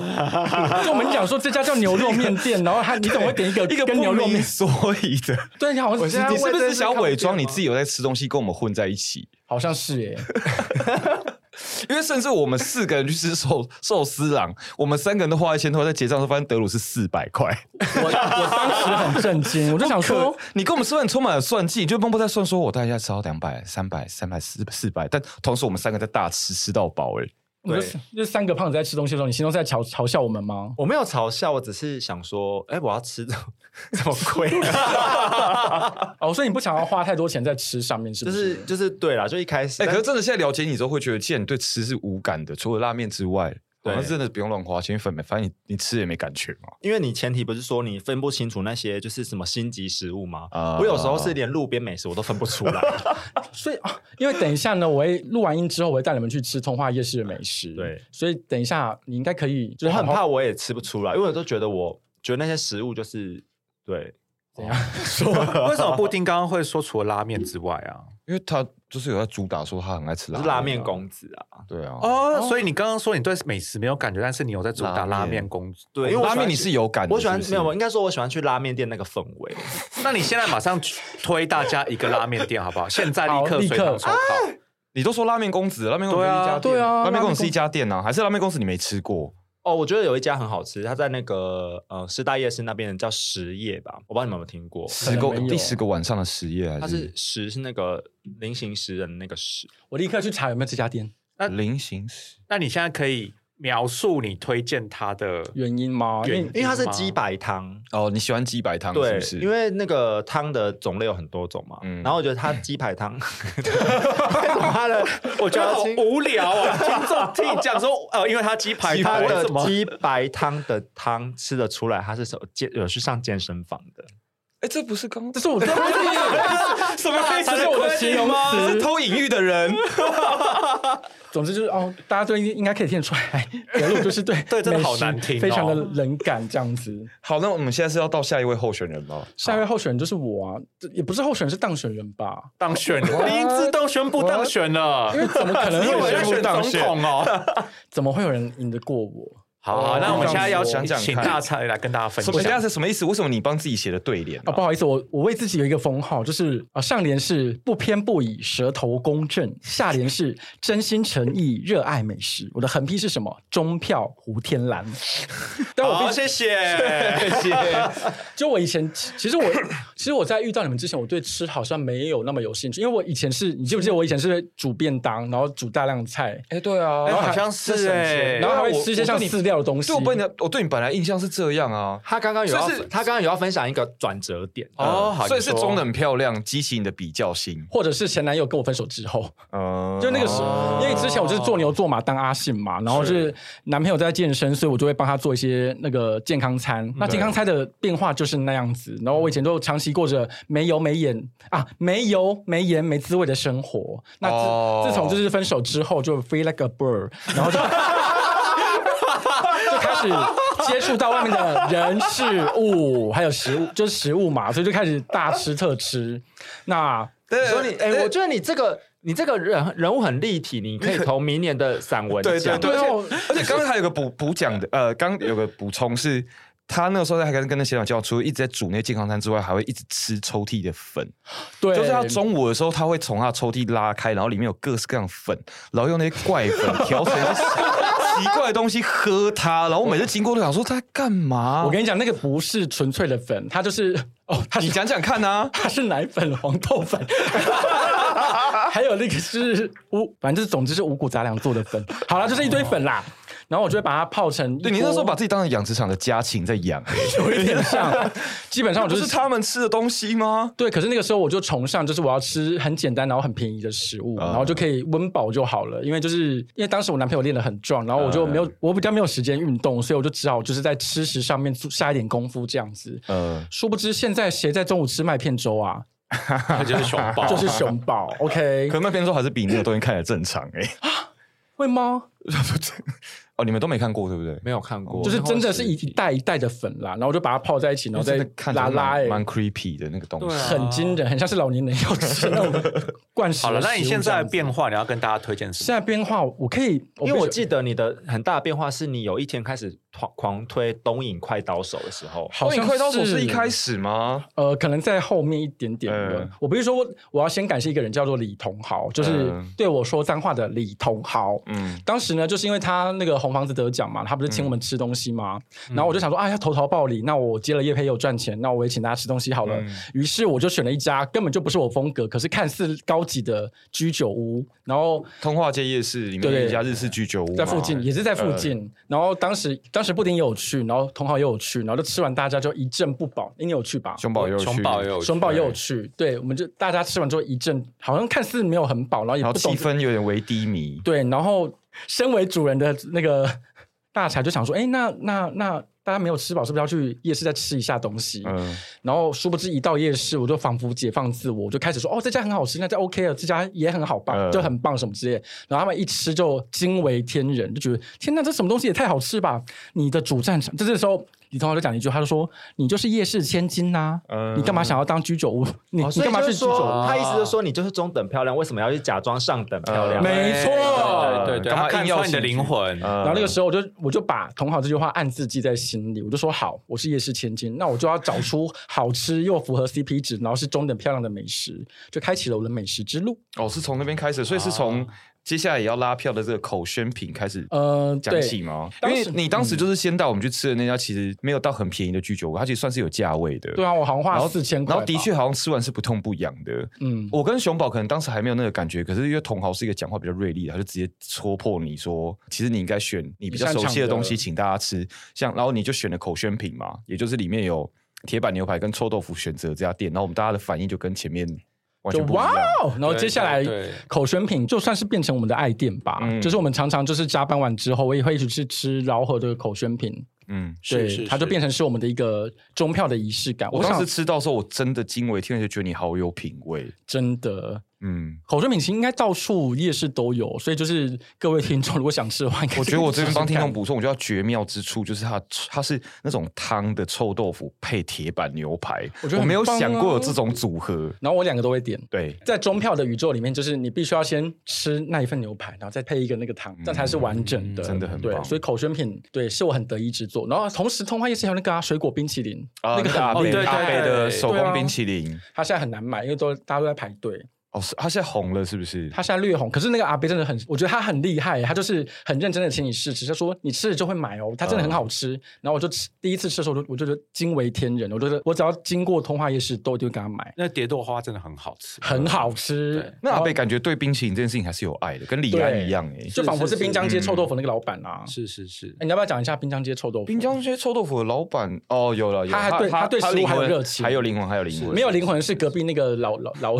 Speaker 3: 就我们讲说这家叫牛肉面店，然后他你怎么会点一个
Speaker 4: 一个
Speaker 3: 跟牛
Speaker 4: 不
Speaker 3: 肉
Speaker 4: 明
Speaker 3: 面？
Speaker 4: 所以的。
Speaker 3: 对，你好像
Speaker 1: 我现在
Speaker 3: 你
Speaker 4: 你
Speaker 3: 是
Speaker 4: 是不
Speaker 1: 为
Speaker 4: 是
Speaker 1: 这是
Speaker 4: 想
Speaker 1: 咖啡
Speaker 4: 伪装
Speaker 1: 店
Speaker 4: 你
Speaker 1: 吗
Speaker 4: 自 己有在吃东西，跟我们混在一起？
Speaker 3: 好像是耶，
Speaker 4: 因为甚至我们四个人去吃寿寿司郎，我们三个人都花一千多，在结账的时候发现德鲁是四百块。
Speaker 3: 我我当时很震惊，我就想说
Speaker 4: 可，你跟我们说很充满了算计，你就默默在算说，我大概吃到两百、三百、三百、四四百，但同时我们三个在大吃吃到饱哎、
Speaker 3: 我们就就三个胖子在吃东西的时候，你心中是在嘲嘲笑我们吗？
Speaker 1: 我没有嘲笑，我只是想说，哎、我要吃这么这么贵、啊
Speaker 3: 哦，所以你不想要花太多钱在吃上面，是
Speaker 1: 就
Speaker 3: 不
Speaker 1: 是就是对啦，就一开始，
Speaker 4: 哎、
Speaker 1: 但
Speaker 4: 可是真的现在了解你之后，会觉得既然你对吃是无感的，除了拉面之外，好
Speaker 1: 对
Speaker 4: 像真的不用乱花钱，因为反正反正你你吃也没感觉嘛。
Speaker 1: 因为你前提不是说你分不清楚那些就是什么星级食物吗？
Speaker 4: 啊
Speaker 1: 我有时候是连路边美食我都分不出来。
Speaker 3: 所以啊，因为等一下呢，我会录完音之后，我会带你们去吃通化夜市的美食。
Speaker 1: 对，
Speaker 3: 所以等一下你应该可以，就
Speaker 1: 我
Speaker 3: 是
Speaker 1: 很
Speaker 3: 好好
Speaker 1: 怕我也吃不出来，因为我都觉得我觉得那些食物就是对，
Speaker 3: 怎
Speaker 4: 哦
Speaker 3: 样
Speaker 2: 为什么布丁刚刚会说除了拉面之外啊？
Speaker 4: 因为他就是有在主打说他很爱吃
Speaker 1: 我
Speaker 4: 拉
Speaker 1: 是
Speaker 4: 面、
Speaker 1: 拉面，公子啊，
Speaker 4: 对啊，
Speaker 2: 哦，所以你刚刚说你对美食没有感觉，但是你有在主打拉面工作。
Speaker 1: 对，因为我
Speaker 4: 哦拉
Speaker 1: 喜欢
Speaker 4: 面你是
Speaker 1: 去。
Speaker 4: 有感的
Speaker 1: 我喜欢
Speaker 4: 是不是
Speaker 1: 没有，应该说我喜欢去拉面店那个氛围。
Speaker 3: 啊
Speaker 2: 那你现在马上推大家一个拉面店好不好？现在立
Speaker 3: 好
Speaker 2: 刻
Speaker 3: 立
Speaker 2: 随堂
Speaker 3: 刻
Speaker 2: 抽考。
Speaker 4: 你都说拉面公子，拉面公子是一家店，
Speaker 3: 对啊对啊
Speaker 4: 拉面公
Speaker 3: 拉面公
Speaker 4: 子
Speaker 3: 子
Speaker 4: 是一家店啊，还是拉面公子你没吃过？
Speaker 1: 哦，我觉得有一家很好吃，它在那个呃师大夜市那边的叫实业吧，我不知道你们有没有听过。
Speaker 4: 十
Speaker 3: 可能
Speaker 4: 个
Speaker 3: 没有
Speaker 4: 第十个晚上的实夜还
Speaker 1: 它
Speaker 4: 是
Speaker 1: 是食是那个菱形食人的那个食，
Speaker 3: 我立刻去查有没有这家店。
Speaker 2: 那
Speaker 4: 菱形食？
Speaker 2: 那你现在可以描述你推荐它的
Speaker 3: 原因吗？
Speaker 2: 原因
Speaker 3: 因为
Speaker 1: 因为它是
Speaker 2: 吗
Speaker 1: 鸡白汤，
Speaker 4: 哦，你喜欢鸡白汤是
Speaker 1: 对
Speaker 4: 不是？，
Speaker 1: 因为那个汤的种类有很多种嘛，
Speaker 4: 嗯
Speaker 1: 然后我觉得它鸡排 汤，为什么它的
Speaker 2: 我觉得好
Speaker 1: 要清
Speaker 2: 无聊啊！听众听你讲说，呃，因为它鸡排
Speaker 1: 它
Speaker 4: 哦
Speaker 2: 汤
Speaker 1: 的
Speaker 2: 怎么？
Speaker 1: 鸡白汤的汤吃得出来，它是有健有去上健身房的，
Speaker 4: 哎，这不是刚啊
Speaker 3: 这是我 的，
Speaker 2: 什么黑
Speaker 3: 这是我的形容
Speaker 4: 是
Speaker 3: 词。
Speaker 4: 偷隐喻的人，
Speaker 3: 总之就是哦，大家都应应该可以听得出来， 德路就是对
Speaker 2: 对真的
Speaker 3: 美
Speaker 2: 好
Speaker 3: 食
Speaker 2: 难听哦
Speaker 3: 非常的冷感这样子。
Speaker 4: 好，那我们现在是要到下一位候选人了。
Speaker 3: 下一位候选人就是我啊，这也不是候选人，是当选人吧？
Speaker 2: 当选了，林志栋宣布当选了，
Speaker 3: 因为怎么可能
Speaker 2: 你 以
Speaker 3: 会有
Speaker 2: 为在
Speaker 3: 人
Speaker 2: 选总统哦？
Speaker 3: 怎么会有人赢得过我？
Speaker 2: 好，啊那我们现在要
Speaker 4: 想想看
Speaker 2: 请大才来跟大家分
Speaker 4: 我现在
Speaker 2: 享。
Speaker 4: 是什么意思？为什么你帮自己写的对联
Speaker 3: 啊，
Speaker 4: 啊？
Speaker 3: 不好意思，我我为自己有一个封号，就是啊，上联是不偏不倚，舌头公正；下联是真心诚意，热爱美食。我的横批是什么？中票胡天蓝。 但我
Speaker 2: 好，
Speaker 3: 必须，
Speaker 2: 谢谢。
Speaker 3: 就我以前，其其实我其实我在遇到你们之前，我对吃好像没有那么有兴趣，因为我以前是，你记不记得我以前是煮便当，然后煮大量菜，
Speaker 4: 哎，对啊
Speaker 2: 哎，
Speaker 3: 后还
Speaker 2: 好像是哎，
Speaker 3: 然后还会吃一些像
Speaker 4: 我对你
Speaker 3: 饲料的东西。
Speaker 4: 就我本来我对你本来印象是这样啊。
Speaker 1: 他刚刚有要
Speaker 4: 这是
Speaker 1: 他刚刚有要分享一个转折点，嗯
Speaker 2: 哦，好，
Speaker 4: 所以是
Speaker 2: 你说
Speaker 4: 中等漂亮，激起你的比较心。
Speaker 3: 或者是前男友跟我分手之后，
Speaker 4: 嗯，
Speaker 3: 就那个时候，
Speaker 4: 哦
Speaker 3: 因为之前我就是做牛做马当阿信嘛，然后是男朋友在健身，所以我就会帮他做一些那个健康餐。那健康餐的变化就是那样子。然后我以前就长期过着没油没盐啊，没油没盐没滋味的生活。那自、
Speaker 4: 哦
Speaker 3: 自从就是分手之后，就 free like a bird，然后就 就开始接触到外面的人事物，还有食物，就是食物嘛，所以就开始大吃特吃。那
Speaker 1: 你说你，哎、
Speaker 4: 对
Speaker 1: 我觉得你这个你这个人人物很立体，你可以投明年的散文
Speaker 4: 对对
Speaker 1: 奖。
Speaker 4: 对，
Speaker 3: 对
Speaker 4: 而
Speaker 3: 啊我
Speaker 4: 且而且刚刚还有个补补讲的，呃，刚刚有个补充是。他那个时候在跟跟那些长交往，除了一直在煮那些健康餐之外，还会一直吃抽屉的粉。
Speaker 3: 对，
Speaker 4: 就是他中午的时候，他会从他的抽屉拉开，然后里面有各式各样的粉，然后用那些怪粉调 成一些奇怪的东西喝它。然后我每次经过都想说他在干嘛？
Speaker 3: 我跟你讲，那个不是纯粹的粉，它就是 哦，它
Speaker 4: 你
Speaker 3: 是，
Speaker 4: 讲讲看啊
Speaker 3: 它是奶粉、黄豆粉， 还有那个是五，反正就是总之是五谷杂粮做的粉。好了，就是一堆粉啦。然后我就会把它泡成一
Speaker 4: 哦对你那时候
Speaker 3: 锅
Speaker 4: 把自己当成养殖场的家禽在 养、
Speaker 3: 有 一点像，基本上
Speaker 4: 那
Speaker 3: 我
Speaker 4: 不
Speaker 3: 就是
Speaker 4: 他们吃的东西吗？
Speaker 3: 对，可是那个时候我就崇尚，就是我要吃很简单，然后很便宜的食物，
Speaker 4: 嗯
Speaker 3: 然后就可以温饱就好了。因为就是因为当时我男朋友练得很壮，然后我就没有，
Speaker 4: 哦
Speaker 3: 我比较没有时间运动，所以我就只好就是在吃食上面做下一点功夫这样子。
Speaker 4: 呃，
Speaker 3: 殊不知现在谁在中午吃麦片粥啊？
Speaker 2: 他就是熊抱，
Speaker 3: 就是熊宝 ，OK？
Speaker 4: 可能那边说还是比那个东西看起来正常哎、
Speaker 3: 会吗？
Speaker 4: 哦，你们都没看过对不对？
Speaker 1: 没有看过，
Speaker 3: 就是真的是一一袋一袋的粉啦，然后我就把它泡在一起，然后
Speaker 4: 真
Speaker 3: 再
Speaker 4: 的看起来
Speaker 3: 拉拉、
Speaker 4: 蛮
Speaker 3: 欸，
Speaker 4: 蛮 creepy 的那个东西。
Speaker 2: 对啊
Speaker 3: 很惊人，很像是老年人要吃那种灌食。
Speaker 2: 好了，那你现在的变
Speaker 3: 化，
Speaker 2: 化，你要跟大家推荐什
Speaker 3: 现
Speaker 2: 么？
Speaker 3: 在变化，我可以，
Speaker 1: 因为我
Speaker 3: 必须
Speaker 1: 记得你的很大的变化是你有一天开始狂狂推东影快刀手的时候，
Speaker 3: 好
Speaker 4: 哦你
Speaker 3: 像
Speaker 4: 快刀手是一开始吗？
Speaker 3: 呃，可能在后面一点点了。
Speaker 4: 嗯
Speaker 3: 我不是说我我要先感谢一个人叫做李同豪，就是
Speaker 4: 嗯
Speaker 3: 对我说脏话的李同豪。
Speaker 4: 嗯，
Speaker 3: 当时呢，就是因为他那个红房子得奖嘛，他不是请我们吃东西嘛，
Speaker 4: 嗯
Speaker 3: 然后我就想说，啊，要投桃报李，那我接了叶佩有赚钱，那我也请大家吃东西好了。
Speaker 4: 嗯
Speaker 3: 于是我就选了一家根本就不是我风格，可是看似高级的居酒屋，然后
Speaker 4: 通化街夜市里面
Speaker 3: 对
Speaker 4: 有
Speaker 3: 对
Speaker 4: 一家日式居酒屋嘛，
Speaker 3: 在附近，也是在附近。然后当时当时布丁也有去，然后同好也有去，然后就吃完大家就一阵不饱，你有去吧？
Speaker 4: 熊宝也有去，
Speaker 2: 熊抱也有去，
Speaker 3: 熊宝也有去，对，我们就大家吃完之后一阵，好像看似没有很饱，然后也
Speaker 4: 然
Speaker 3: 不
Speaker 4: 后气
Speaker 3: 懂
Speaker 4: 氛有点微低迷。
Speaker 3: 对，然后身为主人的那个大柴就想说，哎，那那那大家没有吃饱，是不是要去夜市再吃一下东西？
Speaker 4: 嗯，
Speaker 3: 然后殊不知一到夜市，我就仿佛解放自我，我就开始说，哦，这家很好吃，那家 OK 了，这家也很好棒，
Speaker 4: 嗯
Speaker 3: 就很棒什么之类。然后他们一吃就惊为天人，就觉得天哪，这什么东西也太好吃吧！你的主战场，这这时候李同豪就讲一句话，他就说，你就是夜市千金呐、
Speaker 4: 嗯哦
Speaker 3: 你干嘛想要当居酒屋？你、你
Speaker 1: 所以
Speaker 3: 干嘛
Speaker 1: 就
Speaker 3: 去
Speaker 1: 是
Speaker 3: 居酒屋？
Speaker 1: 说，他啊嗯意思就是说你就是中等漂亮，为什么要去假装上等漂亮？
Speaker 3: 没错
Speaker 2: 对对对，
Speaker 4: 干嘛
Speaker 2: 他看
Speaker 4: 硬要啊
Speaker 2: 穿你的
Speaker 4: 进去
Speaker 2: 灵魂，
Speaker 4: 然
Speaker 3: 然后那个时候我就我就把同好这句话暗自记在心里，我就说好，我是夜市千金，那我就要找出好吃又符合 CP 值，然后是中等漂亮的美食，就开启了我的美食之路。
Speaker 2: 啊
Speaker 4: 哦是从那边开始，所以是从接下来也要拉票的这个口宣品开始
Speaker 3: 呃，
Speaker 4: 讲
Speaker 3: 对，
Speaker 4: 起吗？因
Speaker 3: 当
Speaker 4: 为
Speaker 3: 时嗯
Speaker 4: 你当时就是先到我们去吃的那家，其实没有到很便宜的居酒屋，它其实算是有价位的。
Speaker 3: 对啊，我好像花
Speaker 4: 然后
Speaker 3: 了四千块
Speaker 4: 然
Speaker 3: 吧，
Speaker 4: 后的确好像吃完是不痛不痒的。
Speaker 3: 嗯，
Speaker 4: 我跟熊宝可能当时还没有那个感觉，可是因为同豪是一个讲话比较锐利的，他就直接戳破你说，其实你应该选你比较熟悉的东西
Speaker 3: 你擅长的
Speaker 4: 请大家吃，像然后你就选了口宣品嘛，也就是里面有铁板牛排跟臭豆腐选择这家店，然后我们大家的反应就跟前面完
Speaker 3: 就
Speaker 4: 全不一
Speaker 3: 哇
Speaker 4: 样。
Speaker 3: 哦！然后接下来
Speaker 2: 对对对
Speaker 3: 口宣品就算是变成我们的爱店吧，
Speaker 4: 嗯
Speaker 3: 就是我们常常就是加班完之后，我也会一起去吃饶河的口宣品，
Speaker 4: 嗯，
Speaker 3: 对，
Speaker 2: 是是
Speaker 3: 它就变成是我们的一个中票的仪式感。
Speaker 4: 我
Speaker 3: 想
Speaker 4: 当时吃到的时候，我真的惊为天人，就觉得你好有品味。
Speaker 3: 真的。
Speaker 4: 嗯，
Speaker 3: 口宣品其实应该到处夜市都有，所以就是各位听众如果想吃的话，
Speaker 4: 我觉得我这边帮听众
Speaker 3: 补。
Speaker 4: 补充，我觉得它绝妙之处就是它，它是那种汤的臭豆腐配铁板牛排，
Speaker 3: 我觉得很
Speaker 4: 没有
Speaker 3: 棒
Speaker 4: 想过有
Speaker 3: 啊
Speaker 4: 这种组合。
Speaker 3: 然后我两个都会点。
Speaker 4: 对，
Speaker 3: 在中票的宇宙里面，就是你必须要先吃那一份牛排，然后再配一个那个汤，这样才是完整嗯的。
Speaker 4: 真的很棒
Speaker 3: 对，所以口宣品对是我很得意之作。然后同时，通化夜市还有那个、啊、水果冰淇淋，
Speaker 4: 啊，
Speaker 3: 那个很
Speaker 4: 阿北
Speaker 3: 厉
Speaker 2: 对
Speaker 3: 害
Speaker 2: 对
Speaker 4: 阿北的手
Speaker 3: 对
Speaker 4: 工
Speaker 3: 啊
Speaker 4: 冰淇淋，
Speaker 3: 它现在很难买，因为都大家都在排队。
Speaker 4: 哦，是它现在红了是不是？
Speaker 3: 它现在略红，可是那个阿伯真的很，我觉得他很厉害，他就是很认真的请你试吃，他说你吃了就会买哦，它真
Speaker 4: 嗯
Speaker 3: 的很好吃。然后我就吃第一次吃的时候，我就我就觉得惊为天人，我觉得我只要经过通化夜市都一定会给他买，
Speaker 2: 那蝶豆花真的很好吃，啊
Speaker 3: 很好吃。
Speaker 4: 那
Speaker 3: 然
Speaker 4: 阿
Speaker 3: 后
Speaker 4: 北感觉嗯对冰淇淋这件事情还是有爱的，跟李安
Speaker 3: 对
Speaker 4: 一样哎。
Speaker 3: 就仿佛是滨江街臭豆腐那个老板啊。
Speaker 2: 是是是
Speaker 3: 哎，，你要不要讲一下滨江街臭豆腐？
Speaker 4: 滨江这些臭豆腐的老板哦，有了，有了
Speaker 3: 他还对他对食物
Speaker 4: 灵
Speaker 3: 还有
Speaker 4: 魂
Speaker 3: 热情
Speaker 4: 还有灵魂，还有灵魂，
Speaker 3: 嗯没有灵魂是隔壁那个老老老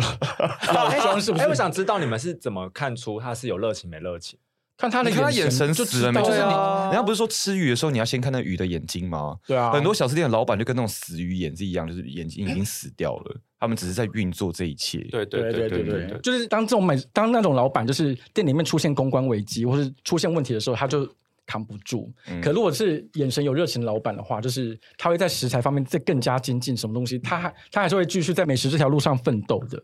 Speaker 3: 老庄是不是
Speaker 1: 哎，？我想知道你们是怎么看出他是有热情没热情？
Speaker 3: 看他的
Speaker 4: 你 看他眼神
Speaker 3: 神
Speaker 4: 死
Speaker 3: 就知
Speaker 4: 了没？
Speaker 3: 道
Speaker 4: 就是你，
Speaker 3: 啊
Speaker 4: 人家不是说吃鱼的时候你要先看那鱼的眼睛吗？
Speaker 3: 对啊，
Speaker 4: 很多小吃店的老板就跟那种死鱼眼是一样，就是眼睛已经死掉了，他们只是在运作这一切。
Speaker 2: 对
Speaker 3: 对
Speaker 2: 对
Speaker 3: 对对
Speaker 4: 对
Speaker 3: 对
Speaker 4: 对
Speaker 3: 对，就是当这种买当那种老板就是店里面出现公关危机或是出现问题的时候，他就。扛不住，
Speaker 4: 嗯
Speaker 3: 可如果是眼神有热情的老板的话，就是他会在食材方面再更加精进，什么东西，他还他还是会继续在美食这条路上奋斗 的。
Speaker 1: 哦，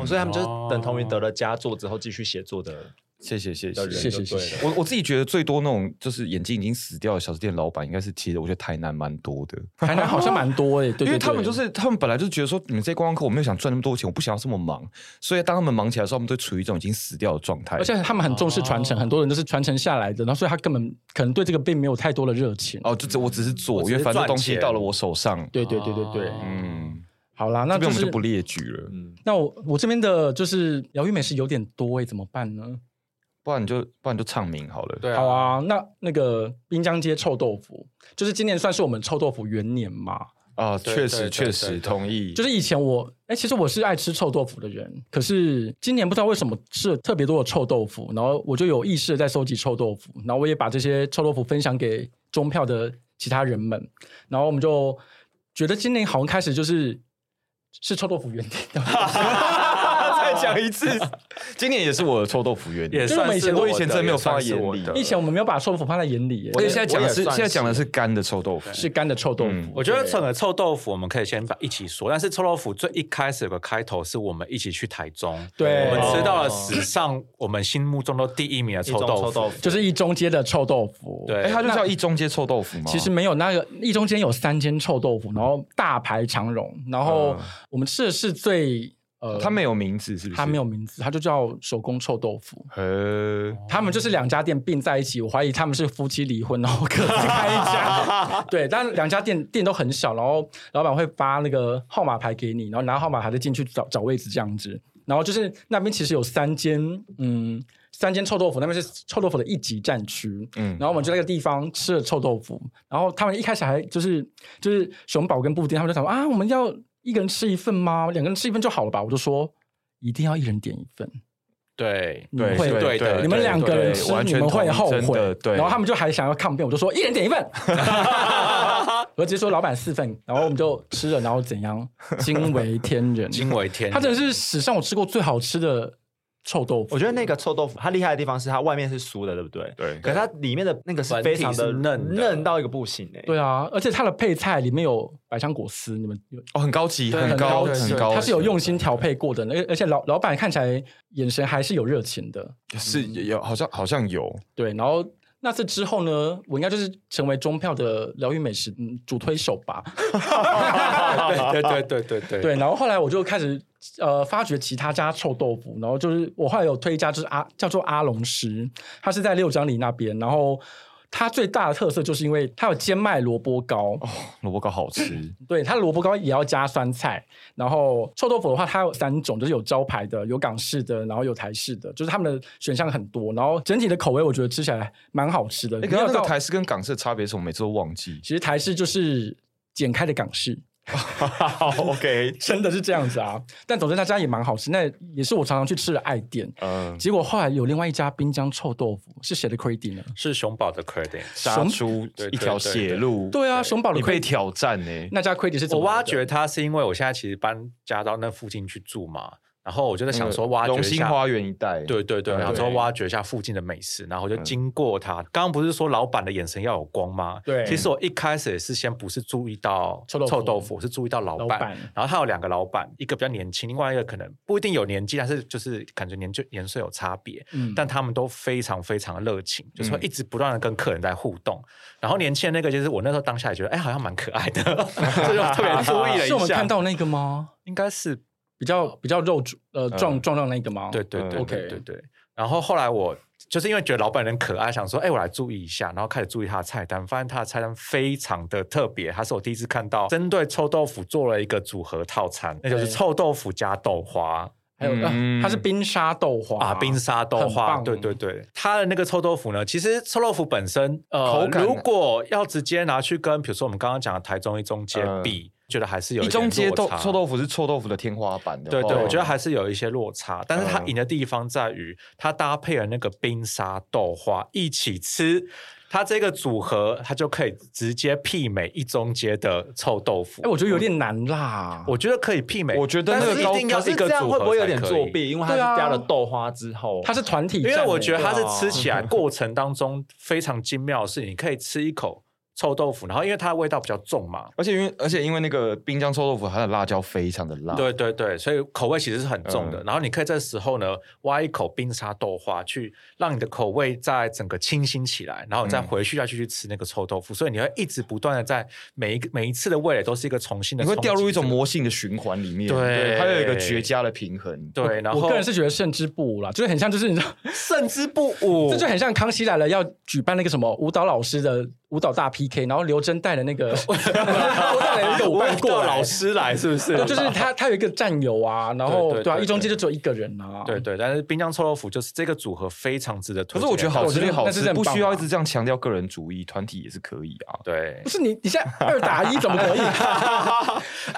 Speaker 4: 嗯，
Speaker 1: 所以他们就是等同于得了佳作之后继续写作的
Speaker 4: 谢谢谢
Speaker 1: 的人，
Speaker 4: 谢。
Speaker 3: 谢谢谢谢。
Speaker 4: 我我自己觉得最多那种就是眼睛已经死掉的小吃店老板，应该是其实我觉得台南蛮多的，
Speaker 3: 台南好像蛮多哎、欸，对对
Speaker 4: 因为他们就
Speaker 3: 对
Speaker 4: 是他们本来就觉得说你们这些观光客我没有想赚那么多钱，我不想要这么忙，所以当他们忙起来的时候，他们都处于一种已经死掉的状态。
Speaker 3: 而且他们很重视传承，
Speaker 4: 哦
Speaker 3: 很多人都是传承下来的，然后所以他根本可能对这个并没有太多的热情。
Speaker 4: 哦，就只我只是做
Speaker 2: 我，只是
Speaker 4: 因为反正
Speaker 2: 赚
Speaker 4: 东西
Speaker 2: 钱
Speaker 4: 到了我手上，
Speaker 3: 对对对对对，
Speaker 2: 哦
Speaker 4: 嗯，
Speaker 3: 好啦，那
Speaker 4: 这边
Speaker 3: 就
Speaker 4: 我们
Speaker 3: 是
Speaker 4: 就不列举了，
Speaker 1: 嗯，
Speaker 3: 那我我这边的就是疗愈美食有点多哎、怎么办呢？
Speaker 4: 不然你就不然你就唱名好了。
Speaker 2: 对
Speaker 3: 好，啊，那那个滨江街臭豆腐，就是今年算是我们臭豆腐元年嘛。
Speaker 4: 啊，
Speaker 2: 对
Speaker 4: 确
Speaker 2: 对
Speaker 4: 实
Speaker 2: 对
Speaker 4: 确
Speaker 2: 对
Speaker 4: 实
Speaker 2: 对
Speaker 4: 同意，
Speaker 3: 就是以前我，哎、其实我是爱吃臭豆腐的人，可是今年不知道为什么吃了特别多的臭豆腐，然后我就有意识的在收集臭豆腐，然后我也把这些臭豆腐分享给中票的其他人们，然后我们就觉得今年好像开始就是是臭豆腐原点的，
Speaker 4: 再讲一次，今年也是我的臭豆腐园，
Speaker 2: 也
Speaker 3: 就是
Speaker 2: 算
Speaker 3: 我们以
Speaker 2: 是
Speaker 3: 前都
Speaker 2: 我
Speaker 4: 以前
Speaker 2: 的
Speaker 4: 真没有
Speaker 2: 也算
Speaker 4: 发
Speaker 2: 是
Speaker 4: 言
Speaker 2: 我
Speaker 4: 力
Speaker 2: 的
Speaker 3: 以前我们没有把臭豆腐放在眼里耶，
Speaker 4: 而且现在讲的是
Speaker 1: 我也算
Speaker 4: 现
Speaker 1: 是
Speaker 4: 在讲的是干的臭豆腐，
Speaker 3: 是干的臭豆腐。
Speaker 4: 嗯
Speaker 2: 我觉得
Speaker 3: 对
Speaker 2: 整个臭豆腐我们可以先把一起说，但是臭豆腐最一开始有个开头是我们一起去台中，
Speaker 3: 对
Speaker 2: 我们吃到了
Speaker 1: 哦
Speaker 2: 史上我们心目中都第一名的
Speaker 1: 一
Speaker 2: 臭
Speaker 1: 种
Speaker 2: 豆
Speaker 1: 臭豆
Speaker 2: 腐，
Speaker 1: 腐
Speaker 3: 就是一中街的臭豆腐，
Speaker 2: 对，
Speaker 4: 哎，它就叫一中街臭豆腐吗？
Speaker 3: 其实没有，那个一中间有三间臭豆腐，然后大排长龙，然后
Speaker 4: 嗯哦
Speaker 3: 我们吃的是最呃，
Speaker 4: 它没有名字，是不是？
Speaker 3: 它没有，名字，它就叫手工臭豆腐。
Speaker 4: 呃，
Speaker 3: 他们就是两家店并在一起，我怀疑他们是夫妻离婚，然后各自开一家。对，但两家店店都很小，然后老板会发那个号码牌给你，然后拿号码牌再进去找找位置这样子。然后就是那边其实有三间，嗯，三间臭豆腐，那边是臭豆腐的一级战区。
Speaker 4: 嗯
Speaker 3: 嗯，然后我们就在那个地方吃了臭豆腐，然后他们一开始还就是就是熊宝跟布丁他们就想说啊，我们要一个人吃一份吗？两个人吃一份就好了吧？我就说一定要一人点一份。
Speaker 2: 对
Speaker 3: 你们会
Speaker 2: 对对
Speaker 3: 你们两个人吃
Speaker 4: 呃对完，
Speaker 3: 你
Speaker 4: 全
Speaker 3: 们
Speaker 4: 同
Speaker 3: 会
Speaker 4: 意
Speaker 3: 后
Speaker 4: 真的
Speaker 3: 悔。
Speaker 4: 对，
Speaker 3: 然后他们就还想要抗辩，我就说一人点一 份，我直接说老板四份，然后我们就吃了，然后怎 样？惊为天人，
Speaker 2: 惊！为天人，
Speaker 3: 它真的是史上我吃过最好吃的臭豆腐。
Speaker 1: 我觉得那个臭豆腐它厉害的地方是它外面是酥的，对不对？
Speaker 4: 对
Speaker 1: 可是它里面的那个是非常的
Speaker 2: 本体是嫩的
Speaker 1: 嫩到一个不行哎。
Speaker 3: 对啊，而且它的配菜里面有百香果丝，你们有
Speaker 4: 哦，很高级，
Speaker 2: 对
Speaker 4: 很高
Speaker 2: 很高级
Speaker 4: 很高，
Speaker 3: 它是有用心调配过的，而而且老老板看起来眼神还是有热情的，
Speaker 4: 是有好像好像有，
Speaker 3: 对，然后那次之后呢，我应该就是成为中票的疗愈美食嗯主推手吧。
Speaker 2: 对对对对对
Speaker 3: 对，然后后来我就开始呃发掘其他家臭豆腐，然后就是我后来有推一家就是阿叫做阿龙师，它是在六张里那边，然后它最大的特色就是因为它有煎麦萝卜糕，
Speaker 4: 萝卜糕好吃，
Speaker 3: 对，它萝卜糕也要加酸菜，然后臭豆腐的话，它有三种，就是有招牌的、有港式的，然后有台式的，就是他们的选项很多，然后整体的口味我觉得吃起来蛮好吃的。
Speaker 4: 哎，
Speaker 3: 没
Speaker 4: 可
Speaker 3: 有
Speaker 4: 是那
Speaker 3: 到
Speaker 4: 个台式跟港式的差别是我每次都忘记。
Speaker 3: 其实台式就是剪开的港式，
Speaker 4: 好，OK，
Speaker 3: 真的是这样子啊。但总之那家也蛮好吃，那也是我常常去吃的爱店。
Speaker 2: 呃
Speaker 4: 嗯，
Speaker 3: 结果后来有另外一家滨江臭豆腐，是谁的 credit 呢？
Speaker 2: 是熊宝的 credit。
Speaker 4: 杀出
Speaker 2: 对对
Speaker 4: 一
Speaker 2: 对
Speaker 4: 条血
Speaker 2: 对
Speaker 4: 路，
Speaker 3: 对啊，熊宝的
Speaker 4: 你被
Speaker 3: credit。
Speaker 4: 挑战呢、
Speaker 3: 那家 credit 是怎
Speaker 2: 我
Speaker 3: 么
Speaker 2: 挖
Speaker 3: 来的
Speaker 2: 掘它是因为我现在其实搬家到那附近去住嘛，然后我就在
Speaker 3: 嗯
Speaker 2: 想说挖掘
Speaker 4: 荣
Speaker 2: 一
Speaker 4: 兴
Speaker 2: 下。
Speaker 4: 花园一带，
Speaker 2: 对对对，
Speaker 4: 对
Speaker 2: 然后之后挖掘一下附近的美食，然后
Speaker 3: 嗯
Speaker 2: 我就经过它。刚刚不是说老板的眼神要有光吗？
Speaker 3: 对
Speaker 2: 其实我一开始也是先不是注意到
Speaker 3: 臭豆腐
Speaker 2: 腐，我是注意到老
Speaker 3: 老
Speaker 2: 板。
Speaker 3: 板
Speaker 2: 然后他有两个老板，一个比较年轻，另外一个可能不一定有年纪，但是就是感觉年就年岁有差别。
Speaker 3: 嗯
Speaker 2: 但他们都非常非常的热情，就是会一直不断的跟客人在互动。然后年轻的那个，就是我那时候当下也觉得，哎，好像蛮可爱 的， 所以就特别注意了一
Speaker 3: 是
Speaker 2: 下。
Speaker 3: 我们看到那个吗？
Speaker 2: 应该是
Speaker 3: 比较比较肉呃壮
Speaker 4: 嗯
Speaker 3: 壮壮那个吗？
Speaker 2: 对对对
Speaker 4: 嗯
Speaker 2: 对
Speaker 3: OK
Speaker 2: 对对。然后后来我就是因为觉得老板人可爱，想说，哎，我来注意一下，然后开始注意他的菜单，发现他的菜单非常的特别，他是我第一次看到针对臭豆腐做了一个组合套餐，那就是
Speaker 3: 对
Speaker 2: 臭豆腐加豆花。
Speaker 3: 还有、
Speaker 4: 嗯
Speaker 3: 啊，它是冰沙豆花
Speaker 2: 啊，冰沙豆
Speaker 3: 很
Speaker 2: 花，
Speaker 3: 棒
Speaker 2: 对对对，它的那个臭豆腐呢，其实臭豆腐本身，呃，
Speaker 4: 口感
Speaker 2: 如果要直接拿去跟，比如说我们刚刚讲的台中一中街
Speaker 4: 嗯
Speaker 2: 比，觉得还是有
Speaker 4: 一
Speaker 2: 点
Speaker 4: 中街
Speaker 2: 落
Speaker 4: 豆
Speaker 2: 差
Speaker 4: 臭豆腐是臭豆腐的天花板的话，
Speaker 2: 对对，我觉得还是有一些落差，但是它
Speaker 4: 嗯
Speaker 2: 赢的地方在于它搭配了那个冰沙豆花一起吃，它这个组合它就可以直接媲美一中街的臭豆腐。
Speaker 3: 哎、我觉得有点难啦。
Speaker 2: 我觉得可以媲美，
Speaker 4: 我觉得
Speaker 2: 但
Speaker 4: 那个
Speaker 2: 是
Speaker 4: 高
Speaker 2: 一定要
Speaker 1: 可是
Speaker 2: 一个
Speaker 1: 这样
Speaker 2: 组
Speaker 1: 会
Speaker 2: 合
Speaker 1: 不会有点
Speaker 2: 才可以
Speaker 1: 作？弊？因为它是
Speaker 3: 对啊
Speaker 1: 加了豆花之后，
Speaker 3: 它是团体
Speaker 2: 因
Speaker 3: 战欸，
Speaker 2: 为我觉得它是
Speaker 1: 对啊
Speaker 2: 吃起来过程当中非常精妙的是，你可以吃一口臭豆腐，然后因为它的味道比较重嘛，
Speaker 4: 而且因为而且因为那个滨江臭豆腐它的辣椒非常的辣，
Speaker 2: 对对对，所以口味其实是很重的。
Speaker 4: 嗯
Speaker 2: 然后你可以这时候呢，挖一口冰沙豆花，去让你的口味在整个清新起来，然后你再
Speaker 4: 嗯
Speaker 2: 回去再去去吃那个臭豆腐。所以你会一直不断的在每一个每一次的味蕾都是一个重新的
Speaker 4: 你
Speaker 2: 冲击，
Speaker 4: 会掉入一种魔性的循环里面，
Speaker 2: 对
Speaker 4: 它有一个绝佳的平衡，
Speaker 2: 这个对。然后
Speaker 3: 我个人是觉得胜之不武啦，就是很像，就是你知道，
Speaker 2: 胜之不武，
Speaker 3: 这就很像《康熙来了》要举办那个什么舞蹈老师的舞蹈大 PK，然后刘真带了那个舞 蹈的一个舞伴过
Speaker 2: 过
Speaker 3: 来
Speaker 2: 老，师来是不 是？
Speaker 3: 对，就是他他有一个战友啊，然后
Speaker 2: 对对
Speaker 3: 对啊，
Speaker 2: 对
Speaker 3: 一中街就只有一个人啊，
Speaker 2: 对对，但是滨江臭豆腐就是这个组合非常值得推荐。
Speaker 4: 可是我觉得好吃就好
Speaker 3: 那是
Speaker 4: 吃，
Speaker 3: 真的
Speaker 4: 不
Speaker 3: 很棒啊
Speaker 4: 需要一直这样强调个人主义，团体也是可以啊。
Speaker 2: 对
Speaker 3: 不。是你你现在二打一怎 么可以？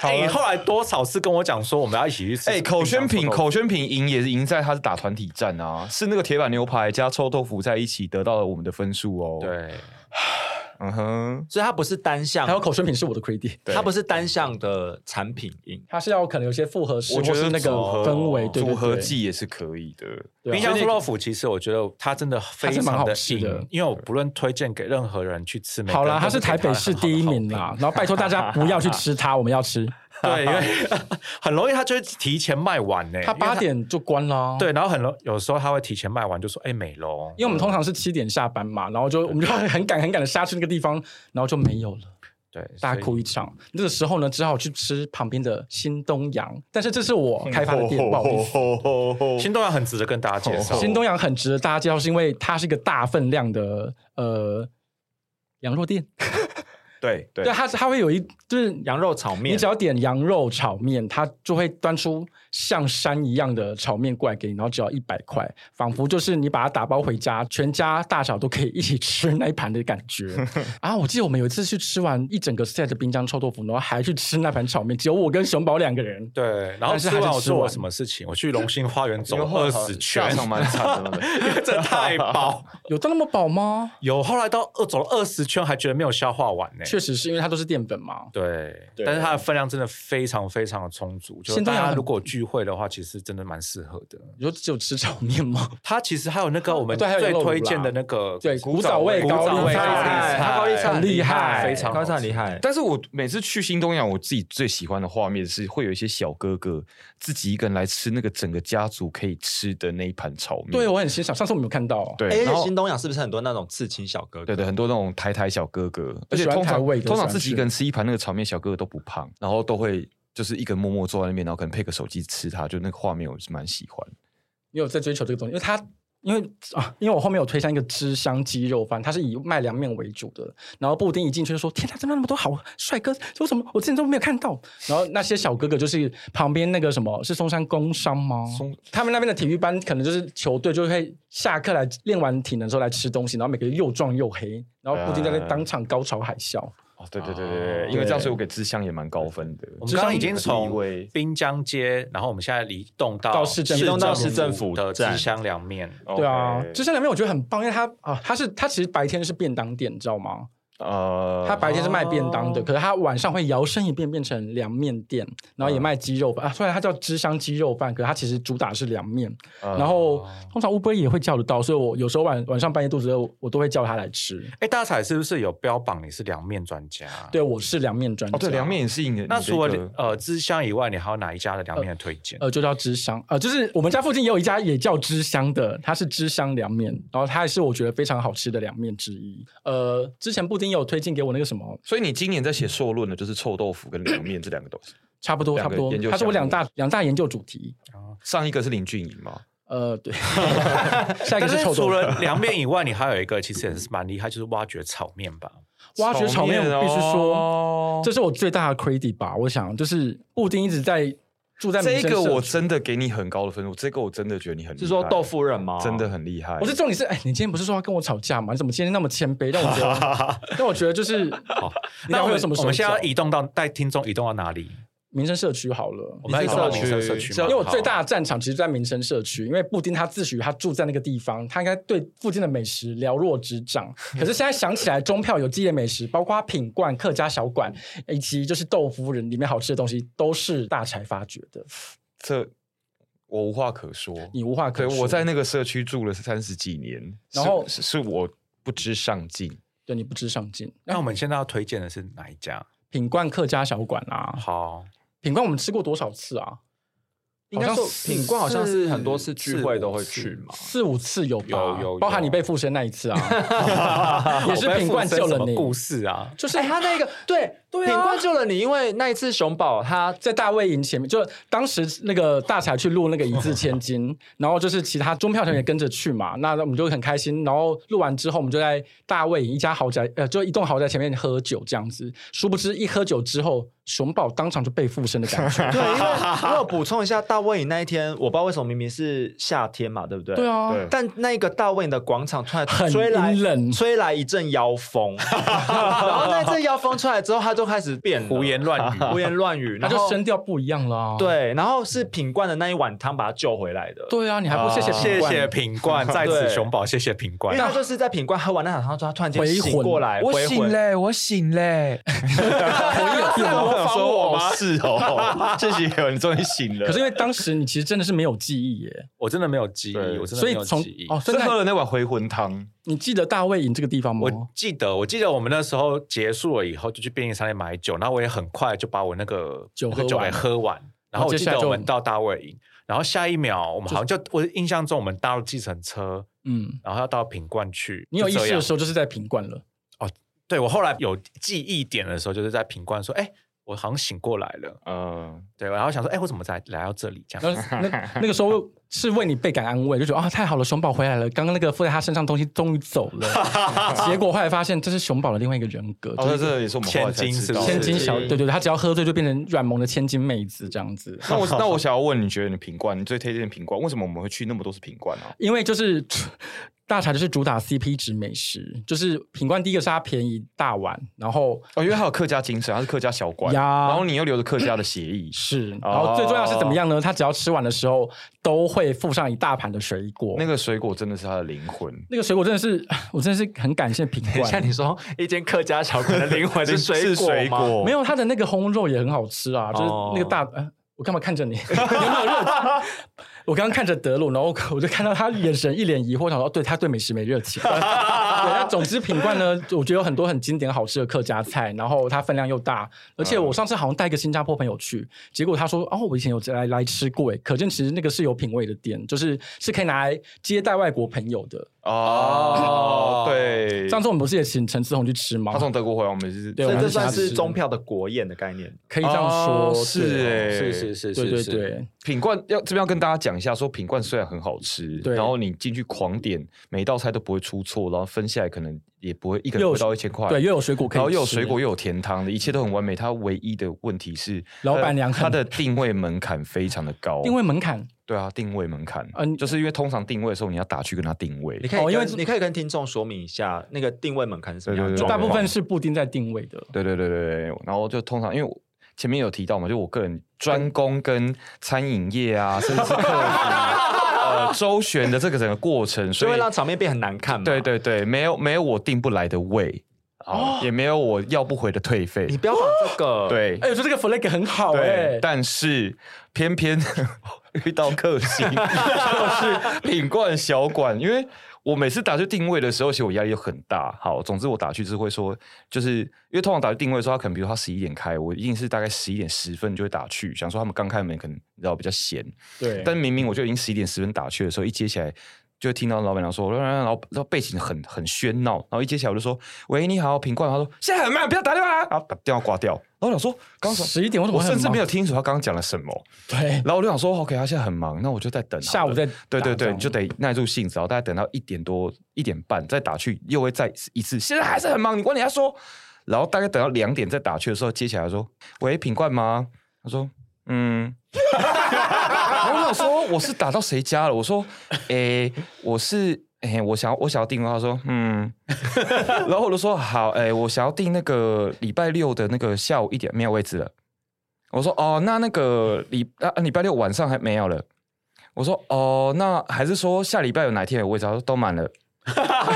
Speaker 2: 哎、你后来多少次跟我讲说我们要一起去吃？
Speaker 4: 哎、口宣品，口宣品赢也是赢在它是打团体战啊，是那个铁板牛排加臭豆腐在一起得到了我们的分数哦。，
Speaker 2: 对。
Speaker 4: 嗯哼，
Speaker 1: 所以它不是单向
Speaker 3: 还，有口宣品是我的 credit，
Speaker 4: 对
Speaker 1: 它不是单向的产品营。
Speaker 3: 它是要可能有些复合式
Speaker 4: 我觉
Speaker 3: 或
Speaker 4: 得
Speaker 3: 是那个
Speaker 4: 组合
Speaker 3: 氛围，对
Speaker 4: 组合，
Speaker 3: 对
Speaker 4: 技也是可以的。
Speaker 3: 对对啊
Speaker 2: 冰箱臭豆腐其实我觉得它真的非
Speaker 3: 它是蛮
Speaker 2: 常
Speaker 3: 好
Speaker 2: 的
Speaker 3: 吃的
Speaker 2: 硬因为我不论推荐给任何人去吃，每个
Speaker 3: 好
Speaker 2: 人
Speaker 3: 啦，
Speaker 2: 都
Speaker 3: 它是
Speaker 2: 给
Speaker 3: 台北
Speaker 2: 很
Speaker 3: 市
Speaker 2: 好的
Speaker 3: 第一
Speaker 2: 好
Speaker 3: 名
Speaker 2: 评。
Speaker 3: 啦，然后拜托大家不要去吃它，我们 要吃。
Speaker 2: 对，因为 很容易它就会提前卖完呢、
Speaker 3: 它
Speaker 2: 因为
Speaker 3: 八点就关了。
Speaker 2: 对，，然后很容有时候它会提前卖完，就说哎、美容，
Speaker 3: 因为我们通常是七点下班嘛，然后就我们就很赶很赶的杀去那个地方，然后就没有了，
Speaker 2: 对
Speaker 3: 大家
Speaker 2: 所
Speaker 3: 哭一场。这个时候呢，只好去吃旁边的新东阳，但是这是我开发的店，不好意
Speaker 2: 哦
Speaker 3: 思。
Speaker 2: 以
Speaker 4: 思。
Speaker 2: 新东阳很值得跟大家介绍。
Speaker 3: 新东阳很值得大家介绍，是因为它是一个大分量的呃羊肉店，
Speaker 4: 对对
Speaker 3: 对，它它会有一就是
Speaker 1: 羊肉炒面
Speaker 3: 你只，要点羊肉炒面，它就会端出像山一样的炒面过来给你，然后只要一百块，仿佛就是你把它打包回家，全家大小都可以一起吃那一盘的感 觉。啊，我记得我们有一次去吃完一整个 set 的滨江臭豆腐，然后还去吃那盘炒面，只有我跟熊宝两个人。
Speaker 2: 对，然后
Speaker 3: 但是
Speaker 2: 吃
Speaker 3: 还是
Speaker 2: 完我
Speaker 3: 吃
Speaker 2: 做了
Speaker 3: 完
Speaker 2: 什么事情？我去龙兴花园走
Speaker 4: 因为后
Speaker 2: 二
Speaker 4: 来
Speaker 2: 十圈
Speaker 4: 下，场蛮惨的。
Speaker 2: 因为 这太饱。
Speaker 3: 有到那么饱吗？
Speaker 2: 有后来到二走了二十圈，还觉得没有消化完呢、
Speaker 3: 确实是因为它都是淀粉嘛。
Speaker 2: 对，
Speaker 1: 对
Speaker 2: 但是它的分量真的非常非常的充足，就
Speaker 3: 现在
Speaker 2: 大家
Speaker 3: 很
Speaker 2: 如果聚会的话，其实真的蛮适合的。
Speaker 3: 你说只有吃炒面吗？
Speaker 2: 它其实还有那个我们
Speaker 3: 啊对还有
Speaker 2: 最
Speaker 3: 肉
Speaker 2: 推
Speaker 3: 骨啦
Speaker 2: 荐的那个
Speaker 3: 对古早味
Speaker 2: 古早
Speaker 3: 高丽
Speaker 2: 味
Speaker 3: 菜
Speaker 1: 它高丽菜
Speaker 2: 很
Speaker 1: 很
Speaker 3: 厉害
Speaker 2: 非常
Speaker 1: 高
Speaker 2: 好
Speaker 1: 产
Speaker 2: 吃
Speaker 1: 厉害，
Speaker 4: 但是我每次去新东阳，我自己最喜欢的画面是会有一些小哥哥自己一个人来吃那个整个家族可以吃的那一盘炒面。
Speaker 3: 对，我很欣赏。上次我们有看到，
Speaker 1: 哎
Speaker 4: 对，
Speaker 1: 而
Speaker 4: 然
Speaker 1: 且
Speaker 4: 后
Speaker 1: 新东阳是不是很多那种刺青小哥哥？
Speaker 4: 对对，很多那种台台小哥哥，而且
Speaker 3: 喜欢
Speaker 4: 通
Speaker 3: 台
Speaker 4: 常
Speaker 3: 味的
Speaker 4: 通
Speaker 3: 喜
Speaker 4: 常
Speaker 3: 欢
Speaker 4: 自己一
Speaker 3: 吃
Speaker 4: 个人吃一盘那个炒面，小哥哥都不胖，然后都会就是一个人默默坐在那边，然后可能配个手机吃它，就那个画面我是蛮喜欢。
Speaker 3: 你有在追求这个东西，因为它。因为啊，因为我后面有推荐一个芝香鸡肉饭，它是以卖凉面为主的。然后布丁一进去就说：“天哪，怎么那么多好帅哥？为什么我之前都没有看到？”然后那些小哥哥就是旁边那个什么是松山工商吗？
Speaker 4: 松
Speaker 3: 他们那边的体育班可能就是球队就会下课来练完体能之后来吃东西，然后每个人又壮又黑，然后布丁在那
Speaker 4: 啊
Speaker 3: 当场高潮海啸。
Speaker 4: 哦，对
Speaker 2: 对对对对
Speaker 4: 因
Speaker 3: 对
Speaker 4: 为这样，所以我给芝香也蛮高分的。
Speaker 2: 我们刚刚已经从
Speaker 4: 一位
Speaker 2: 滨江街，然后我们现在移动到
Speaker 3: 到市政府
Speaker 2: 移动到
Speaker 3: 市
Speaker 1: 政府
Speaker 2: 的
Speaker 1: 站
Speaker 2: 吉香凉面，
Speaker 3: 对啊，
Speaker 4: OK
Speaker 3: 芝香凉面我觉得很棒，因为它啊，它是它其实白天是便当店，你知道吗？
Speaker 4: 呃，
Speaker 3: 他白天是卖便当的，
Speaker 2: 哦
Speaker 3: 可是他晚上会摇身一变变成凉面店，然
Speaker 4: 嗯
Speaker 3: 后也卖鸡肉饭、啊。虽然它叫芝香鸡肉饭，可是它其实主打是凉面。
Speaker 4: 嗯
Speaker 3: 然后通常乌龟也会叫得到，所以我有时候晚晚上半夜肚子饿，我我都会叫他来吃。
Speaker 2: 哎，大彩是不是有标榜你是凉面专家？
Speaker 3: 对，。我是凉面专家。
Speaker 4: 哦，对，凉面也是你的。
Speaker 2: 那
Speaker 4: 你的
Speaker 2: 除
Speaker 4: 一
Speaker 2: 了
Speaker 4: 个
Speaker 2: 呃芝香以外，你还有哪一家的凉面的推荐？
Speaker 3: 呃，就叫芝香，呃，就是我们家附近也有一家也叫芝香的，它是芝香凉面，然后它也是我觉得非常好吃的凉面之一。呃，之前布丁有推荐给我那个什么
Speaker 4: 所以你今年在写硕论的，就是臭豆腐跟凉面这两个东西。
Speaker 3: 差不多，
Speaker 4: 两
Speaker 3: 差
Speaker 4: 个
Speaker 3: 不多
Speaker 4: 研究，
Speaker 3: 它是我
Speaker 4: 项
Speaker 3: 两
Speaker 4: 目
Speaker 3: 大两大研究主题。
Speaker 4: 上一个是林俊颖嘛，
Speaker 3: 呃， 对，下一个
Speaker 2: 但
Speaker 3: 是
Speaker 2: 是
Speaker 3: 臭豆
Speaker 2: 除
Speaker 3: 腐。
Speaker 2: 了凉面以外，你还有一个其实也是蛮厉害，就是挖掘炒面 吧。
Speaker 3: 挖掘炒面，我必须说，
Speaker 4: 哦
Speaker 3: 这是我最大的 credit 吧。我想，就是布丁一直在住在
Speaker 4: 这
Speaker 3: 民生
Speaker 4: 个
Speaker 3: 社
Speaker 4: 我
Speaker 3: 区
Speaker 4: 真的给你很高的分数，这个我真的觉得你很厉害
Speaker 1: 是说豆腐人吗？
Speaker 4: 真的很厉害。
Speaker 3: 我是重点是，哎，你今天不是说要跟我吵架吗？你怎么今天那么谦卑？让我觉 得，让我觉得就是，你
Speaker 2: 那
Speaker 3: 俩
Speaker 2: 我
Speaker 3: 会有
Speaker 2: 们
Speaker 3: 什么手
Speaker 2: 我们现在要
Speaker 3: 脚
Speaker 2: 移动到带听众移动到哪里？
Speaker 3: 民生社区好了
Speaker 2: 我。们要移动到民生社区
Speaker 4: 社
Speaker 2: 吗
Speaker 4: 区
Speaker 3: 因为我最大的战场其实，在民生社区，因为布丁他自诩他住在那个地方，他应该对附近的美食了若指 掌。可是现在想起来，中票有记忆的美食，包括品冠、客家小馆，以及就是豆腐人里面好吃的东西，都是大柴发掘的。
Speaker 4: 这我无话可说。
Speaker 3: 你无话可
Speaker 4: 对，
Speaker 3: 说。
Speaker 4: 我在那个社区住了三十几年，
Speaker 3: 然后
Speaker 4: 是是是我不知上进。
Speaker 3: 对你不知上进。
Speaker 2: 那我们现在要推荐的是哪一家？
Speaker 3: 品冠客家小馆啊，
Speaker 2: 好，
Speaker 3: 品冠我们吃过多少次啊？
Speaker 1: 应该
Speaker 3: 好像
Speaker 1: 说品冠好像是很多次聚会都会去嘛。
Speaker 3: 四五次有吧？
Speaker 2: 有有有
Speaker 3: 包含你被附身那一次啊，也是
Speaker 2: 我被
Speaker 3: 品冠
Speaker 2: 附身
Speaker 3: 救了
Speaker 2: 什么
Speaker 3: 你
Speaker 2: 故事啊，
Speaker 3: 就是哎他那个对对啊
Speaker 1: 品冠救了你，因为那一次熊宝他
Speaker 3: 在大卫营前面，就当时那个大才去录那个一字千金，然后就是其他中票团也跟着去嘛，那我们就很开心。然后录完之后，我们就在大卫营一家豪宅，呃，就一栋豪宅前面喝酒这样子。殊不知一喝酒之后，熊宝当场就被附身的感 觉。
Speaker 1: 对，因为我有补充一下，大卫营那一天，我不知道为什么明明是夏天嘛，对不对？
Speaker 3: 对。啊，
Speaker 4: 对
Speaker 1: 但那个大卫营的广场突然
Speaker 3: 很
Speaker 1: 吹来
Speaker 3: 阴冷
Speaker 1: 吹来一阵 妖风，然后那阵妖风出来之后，他就开始变了
Speaker 2: 胡言乱语。
Speaker 1: 胡言 乱语，
Speaker 3: 那
Speaker 1: 然
Speaker 3: 就
Speaker 1: 后
Speaker 3: 声调不一样了啊。
Speaker 1: 对，然后是品冠的那一碗汤把他救回来的。
Speaker 3: 对啊，你还不谢谢 品
Speaker 2: 谢
Speaker 3: 冠
Speaker 2: 谢品 冠，在此
Speaker 1: 对
Speaker 2: 熊宝，谢谢品
Speaker 1: 因
Speaker 2: 冠
Speaker 1: 为。他就是在品冠喝完那场汤之后，他突然间
Speaker 3: 回
Speaker 1: 醒
Speaker 3: 魂
Speaker 1: 过来，回魂。
Speaker 4: 嘞，我醒嘞。
Speaker 1: 在模
Speaker 4: 想
Speaker 1: 仿
Speaker 4: 说
Speaker 1: 我吗
Speaker 4: 哦？是 哦，谢谢你 终于醒了。
Speaker 3: 可是因为当时你其实真的是没有记忆耶，
Speaker 2: 我真的没有记忆，
Speaker 4: 对
Speaker 2: 我真的
Speaker 3: 所
Speaker 2: 没
Speaker 3: 以
Speaker 2: 有
Speaker 3: 从
Speaker 2: 记忆。
Speaker 3: 哦，
Speaker 4: 是
Speaker 3: 真
Speaker 4: 喝
Speaker 3: 的，
Speaker 4: 了那碗回魂汤，
Speaker 3: 你记得大卫营这个地方吗？
Speaker 2: 我记得，我记得我们那时候结束了以后，就去便利商店买酒，然后我也很快就把我那个
Speaker 3: 酒
Speaker 2: 那个
Speaker 3: 喝
Speaker 2: 酒
Speaker 3: 完
Speaker 2: 给喝完。然
Speaker 3: 然
Speaker 2: 后
Speaker 3: 后
Speaker 2: 我
Speaker 3: 接
Speaker 2: 记
Speaker 3: 下来
Speaker 2: 得
Speaker 3: 就
Speaker 2: 我们到大卫营，然后下一秒我们好像就我印象中我们搭了计程车，
Speaker 3: 嗯，
Speaker 2: 然后要到品冠去。
Speaker 3: 你有意
Speaker 2: 就这
Speaker 3: 识
Speaker 2: 样
Speaker 3: 的时候就是在品冠了。
Speaker 2: 对我后来有记忆点的时候，就是在品冠说：“哎，我好像醒过来了。
Speaker 4: 嗯，”
Speaker 2: 对，然后想说：“哎，我怎么才来到这里？”这
Speaker 3: 然
Speaker 2: 样。
Speaker 3: 后那那个时候是为你倍感安慰，就觉得啊太好了，熊宝回来了，刚刚那个附在他身上的东西终于走了。 结果后来发现这是熊宝的另外一个人格，就
Speaker 4: 哦，那
Speaker 3: 是
Speaker 4: 这也是我们后来才
Speaker 2: 千金
Speaker 4: 知
Speaker 2: 是不
Speaker 4: 道
Speaker 2: 是
Speaker 4: 的。
Speaker 3: 千金小，
Speaker 1: 是
Speaker 3: 对对，他只要喝醉就变成软萌的千金妹子这样子。
Speaker 4: 那我那我想要问，你觉得你品冠，你最推荐的品冠，为什么我们会去那么多是品冠啊？
Speaker 3: 因为就是 大茶就是主打 CP 值美食，就是品冠第一个是它便宜大碗，然后
Speaker 4: 哦，因为它有客家精神，它是客家小馆，
Speaker 3: 呀
Speaker 4: 然后你又留着客家的协议
Speaker 3: 是，
Speaker 4: 哦
Speaker 3: 然后最重要是怎么样呢？它只要吃完的时候都会附上一大盘的水果。
Speaker 4: 那个水果真的是他的灵魂。
Speaker 3: 那个水果真的是， 我真的是很感谢品
Speaker 1: 等一下，
Speaker 3: 冠。
Speaker 1: 你说一间客家小馆的灵魂是水
Speaker 4: 是
Speaker 1: 果
Speaker 4: 水
Speaker 1: 吗？
Speaker 4: 果，
Speaker 3: 没有它的那个烘肉也很好吃啊，就是
Speaker 1: 哦
Speaker 3: 那个大，呃我干嘛看着你？ 有没有热情？我刚刚看着德鲁，然后我就看到他眼神一脸疑惑，想说哦对他对美食没热情。 对，那总之品冠呢，我觉得有很多很经典好吃的客家菜，然后它分量又大，而且
Speaker 4: 嗯
Speaker 3: 我上次好像带一个新加坡朋友去，结果他说哦，我以前有来来吃过，哎，可见其实那个是有品味的店，就是是可以拿来接待外国朋友的。
Speaker 4: 哦
Speaker 1: 哦，
Speaker 4: 对，
Speaker 3: 上次我们不是也请陈思宏去吃吗
Speaker 4: 他？从德国回来，我们是
Speaker 3: 对
Speaker 1: 所
Speaker 3: 我
Speaker 1: 以这
Speaker 3: 们
Speaker 1: 算
Speaker 3: 是
Speaker 1: 是中票的国宴的概念。
Speaker 3: 可以这样说，
Speaker 4: 哦
Speaker 3: 对
Speaker 4: 是哎，
Speaker 2: 是是是
Speaker 3: 对
Speaker 2: 是
Speaker 3: 对
Speaker 2: 是，
Speaker 3: 对，
Speaker 4: 品冠要这边要跟大家讲一下，说品冠虽然很好吃，
Speaker 3: 对
Speaker 4: 然后你进去狂点，每一道菜都不会出错，然后分下来可能也不会一个人
Speaker 3: 又
Speaker 4: 不到一千块，
Speaker 3: 对，又有水果可以吃，
Speaker 4: 然后又有水果又有甜汤的，一切都很完美。它唯一的问题是，呃
Speaker 3: 老板娘很
Speaker 4: 它的定位门槛非常的高，
Speaker 3: 定位门槛，
Speaker 4: 对啊，定位门槛，
Speaker 3: 嗯
Speaker 4: 就是因为通常定位的时候你要打去跟他定位
Speaker 1: 你，可以
Speaker 3: 哦
Speaker 1: 跟，
Speaker 3: 因为
Speaker 1: 你可以跟听众说明一下那个定位门槛是什么样
Speaker 4: 对
Speaker 1: 的
Speaker 4: 对
Speaker 1: 状
Speaker 4: 对
Speaker 1: 况。
Speaker 3: 大部分是布丁在定位的。
Speaker 4: 对对对对对，然后就通常因为我前面有提到嘛，就我个人专攻跟餐饮业啊，甚至是客服呃周旋的这个整个过程，
Speaker 1: 就
Speaker 4: 所
Speaker 1: 会
Speaker 4: 以
Speaker 1: 让场面变很难看嘛。
Speaker 4: 对对对，没有没有我定不来的位，哦，也没有我要不回的退费
Speaker 1: 你，不要讲这个。，
Speaker 4: 哦对
Speaker 3: 哎，我觉得这个 flag 很好
Speaker 4: 对
Speaker 3: 哎，，
Speaker 4: 但是偏偏 遇到 克星，就是品冠小馆，因为我每次打去定位的时候，其实我压力又很大。好，总之我打去就是会说，就是因为通常打去定位的时候，他可能比如说他十一点开，我一定是大概十一点十分就会打去，想说他们刚开门可能你知道比较闲，
Speaker 3: 对
Speaker 4: 但明明我就已经十一点十分打去的时候，一接起来就会听到老板娘说，然后然后背景很很喧闹，然后一接起来我就说：“喂，你好，品冠。”他说：“现在很慢，不要打电话啦。”啊然后把电话挂掉。然后我想说，刚才
Speaker 3: 11点为什么会
Speaker 4: 我
Speaker 3: 很
Speaker 4: 甚至
Speaker 3: 忙
Speaker 4: 没有听清楚他刚刚讲了什么。
Speaker 3: 对，
Speaker 4: 然后我就想说，OK，他现在很忙，那我就在等好了
Speaker 3: 下午再
Speaker 4: 对对
Speaker 3: 打这
Speaker 4: 对，
Speaker 3: 样
Speaker 4: 你就得耐住性子，哦然后大概等到一点多、一点半再打去，又会再一次，现在还是很忙，你管你他说。然后大概等到两点再打去的时候，接起来说：“喂，品冠吗？”他说：“嗯。” 然后我想说我是打到谁家了？我说：“诶、我是诶、我想要我想要订。”他说：“嗯。” 然后我就说：“好，诶、我想要订那个礼拜六的那个下午一点没有位置了。”我说：“哦，那那个礼啊礼拜六晚上还没有了。”我说哦，那还是说下礼拜有哪天有位置？啊他说都满了。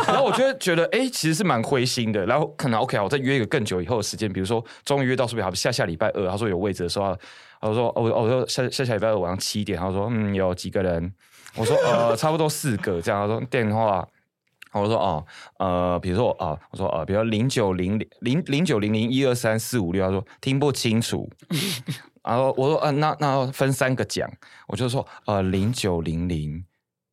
Speaker 4: 然后我就会觉得，哎、其实是蛮灰心的。然后可能 OK，啊我再约一个更久以后的时间，比如说终于约到，说不定好下下礼拜二，他说有位置的时候，他说哦，我哦我说下下下礼拜二晚上七点，他说嗯，有几个人？我说呃，差不多四个这样。他说电话，我说哦，呃，比如说啊、我说呃，比如零九零零零零九零零一二三四五六，他说听不清楚。然后我说，嗯、那那分三个讲，我就说，呃，零九零零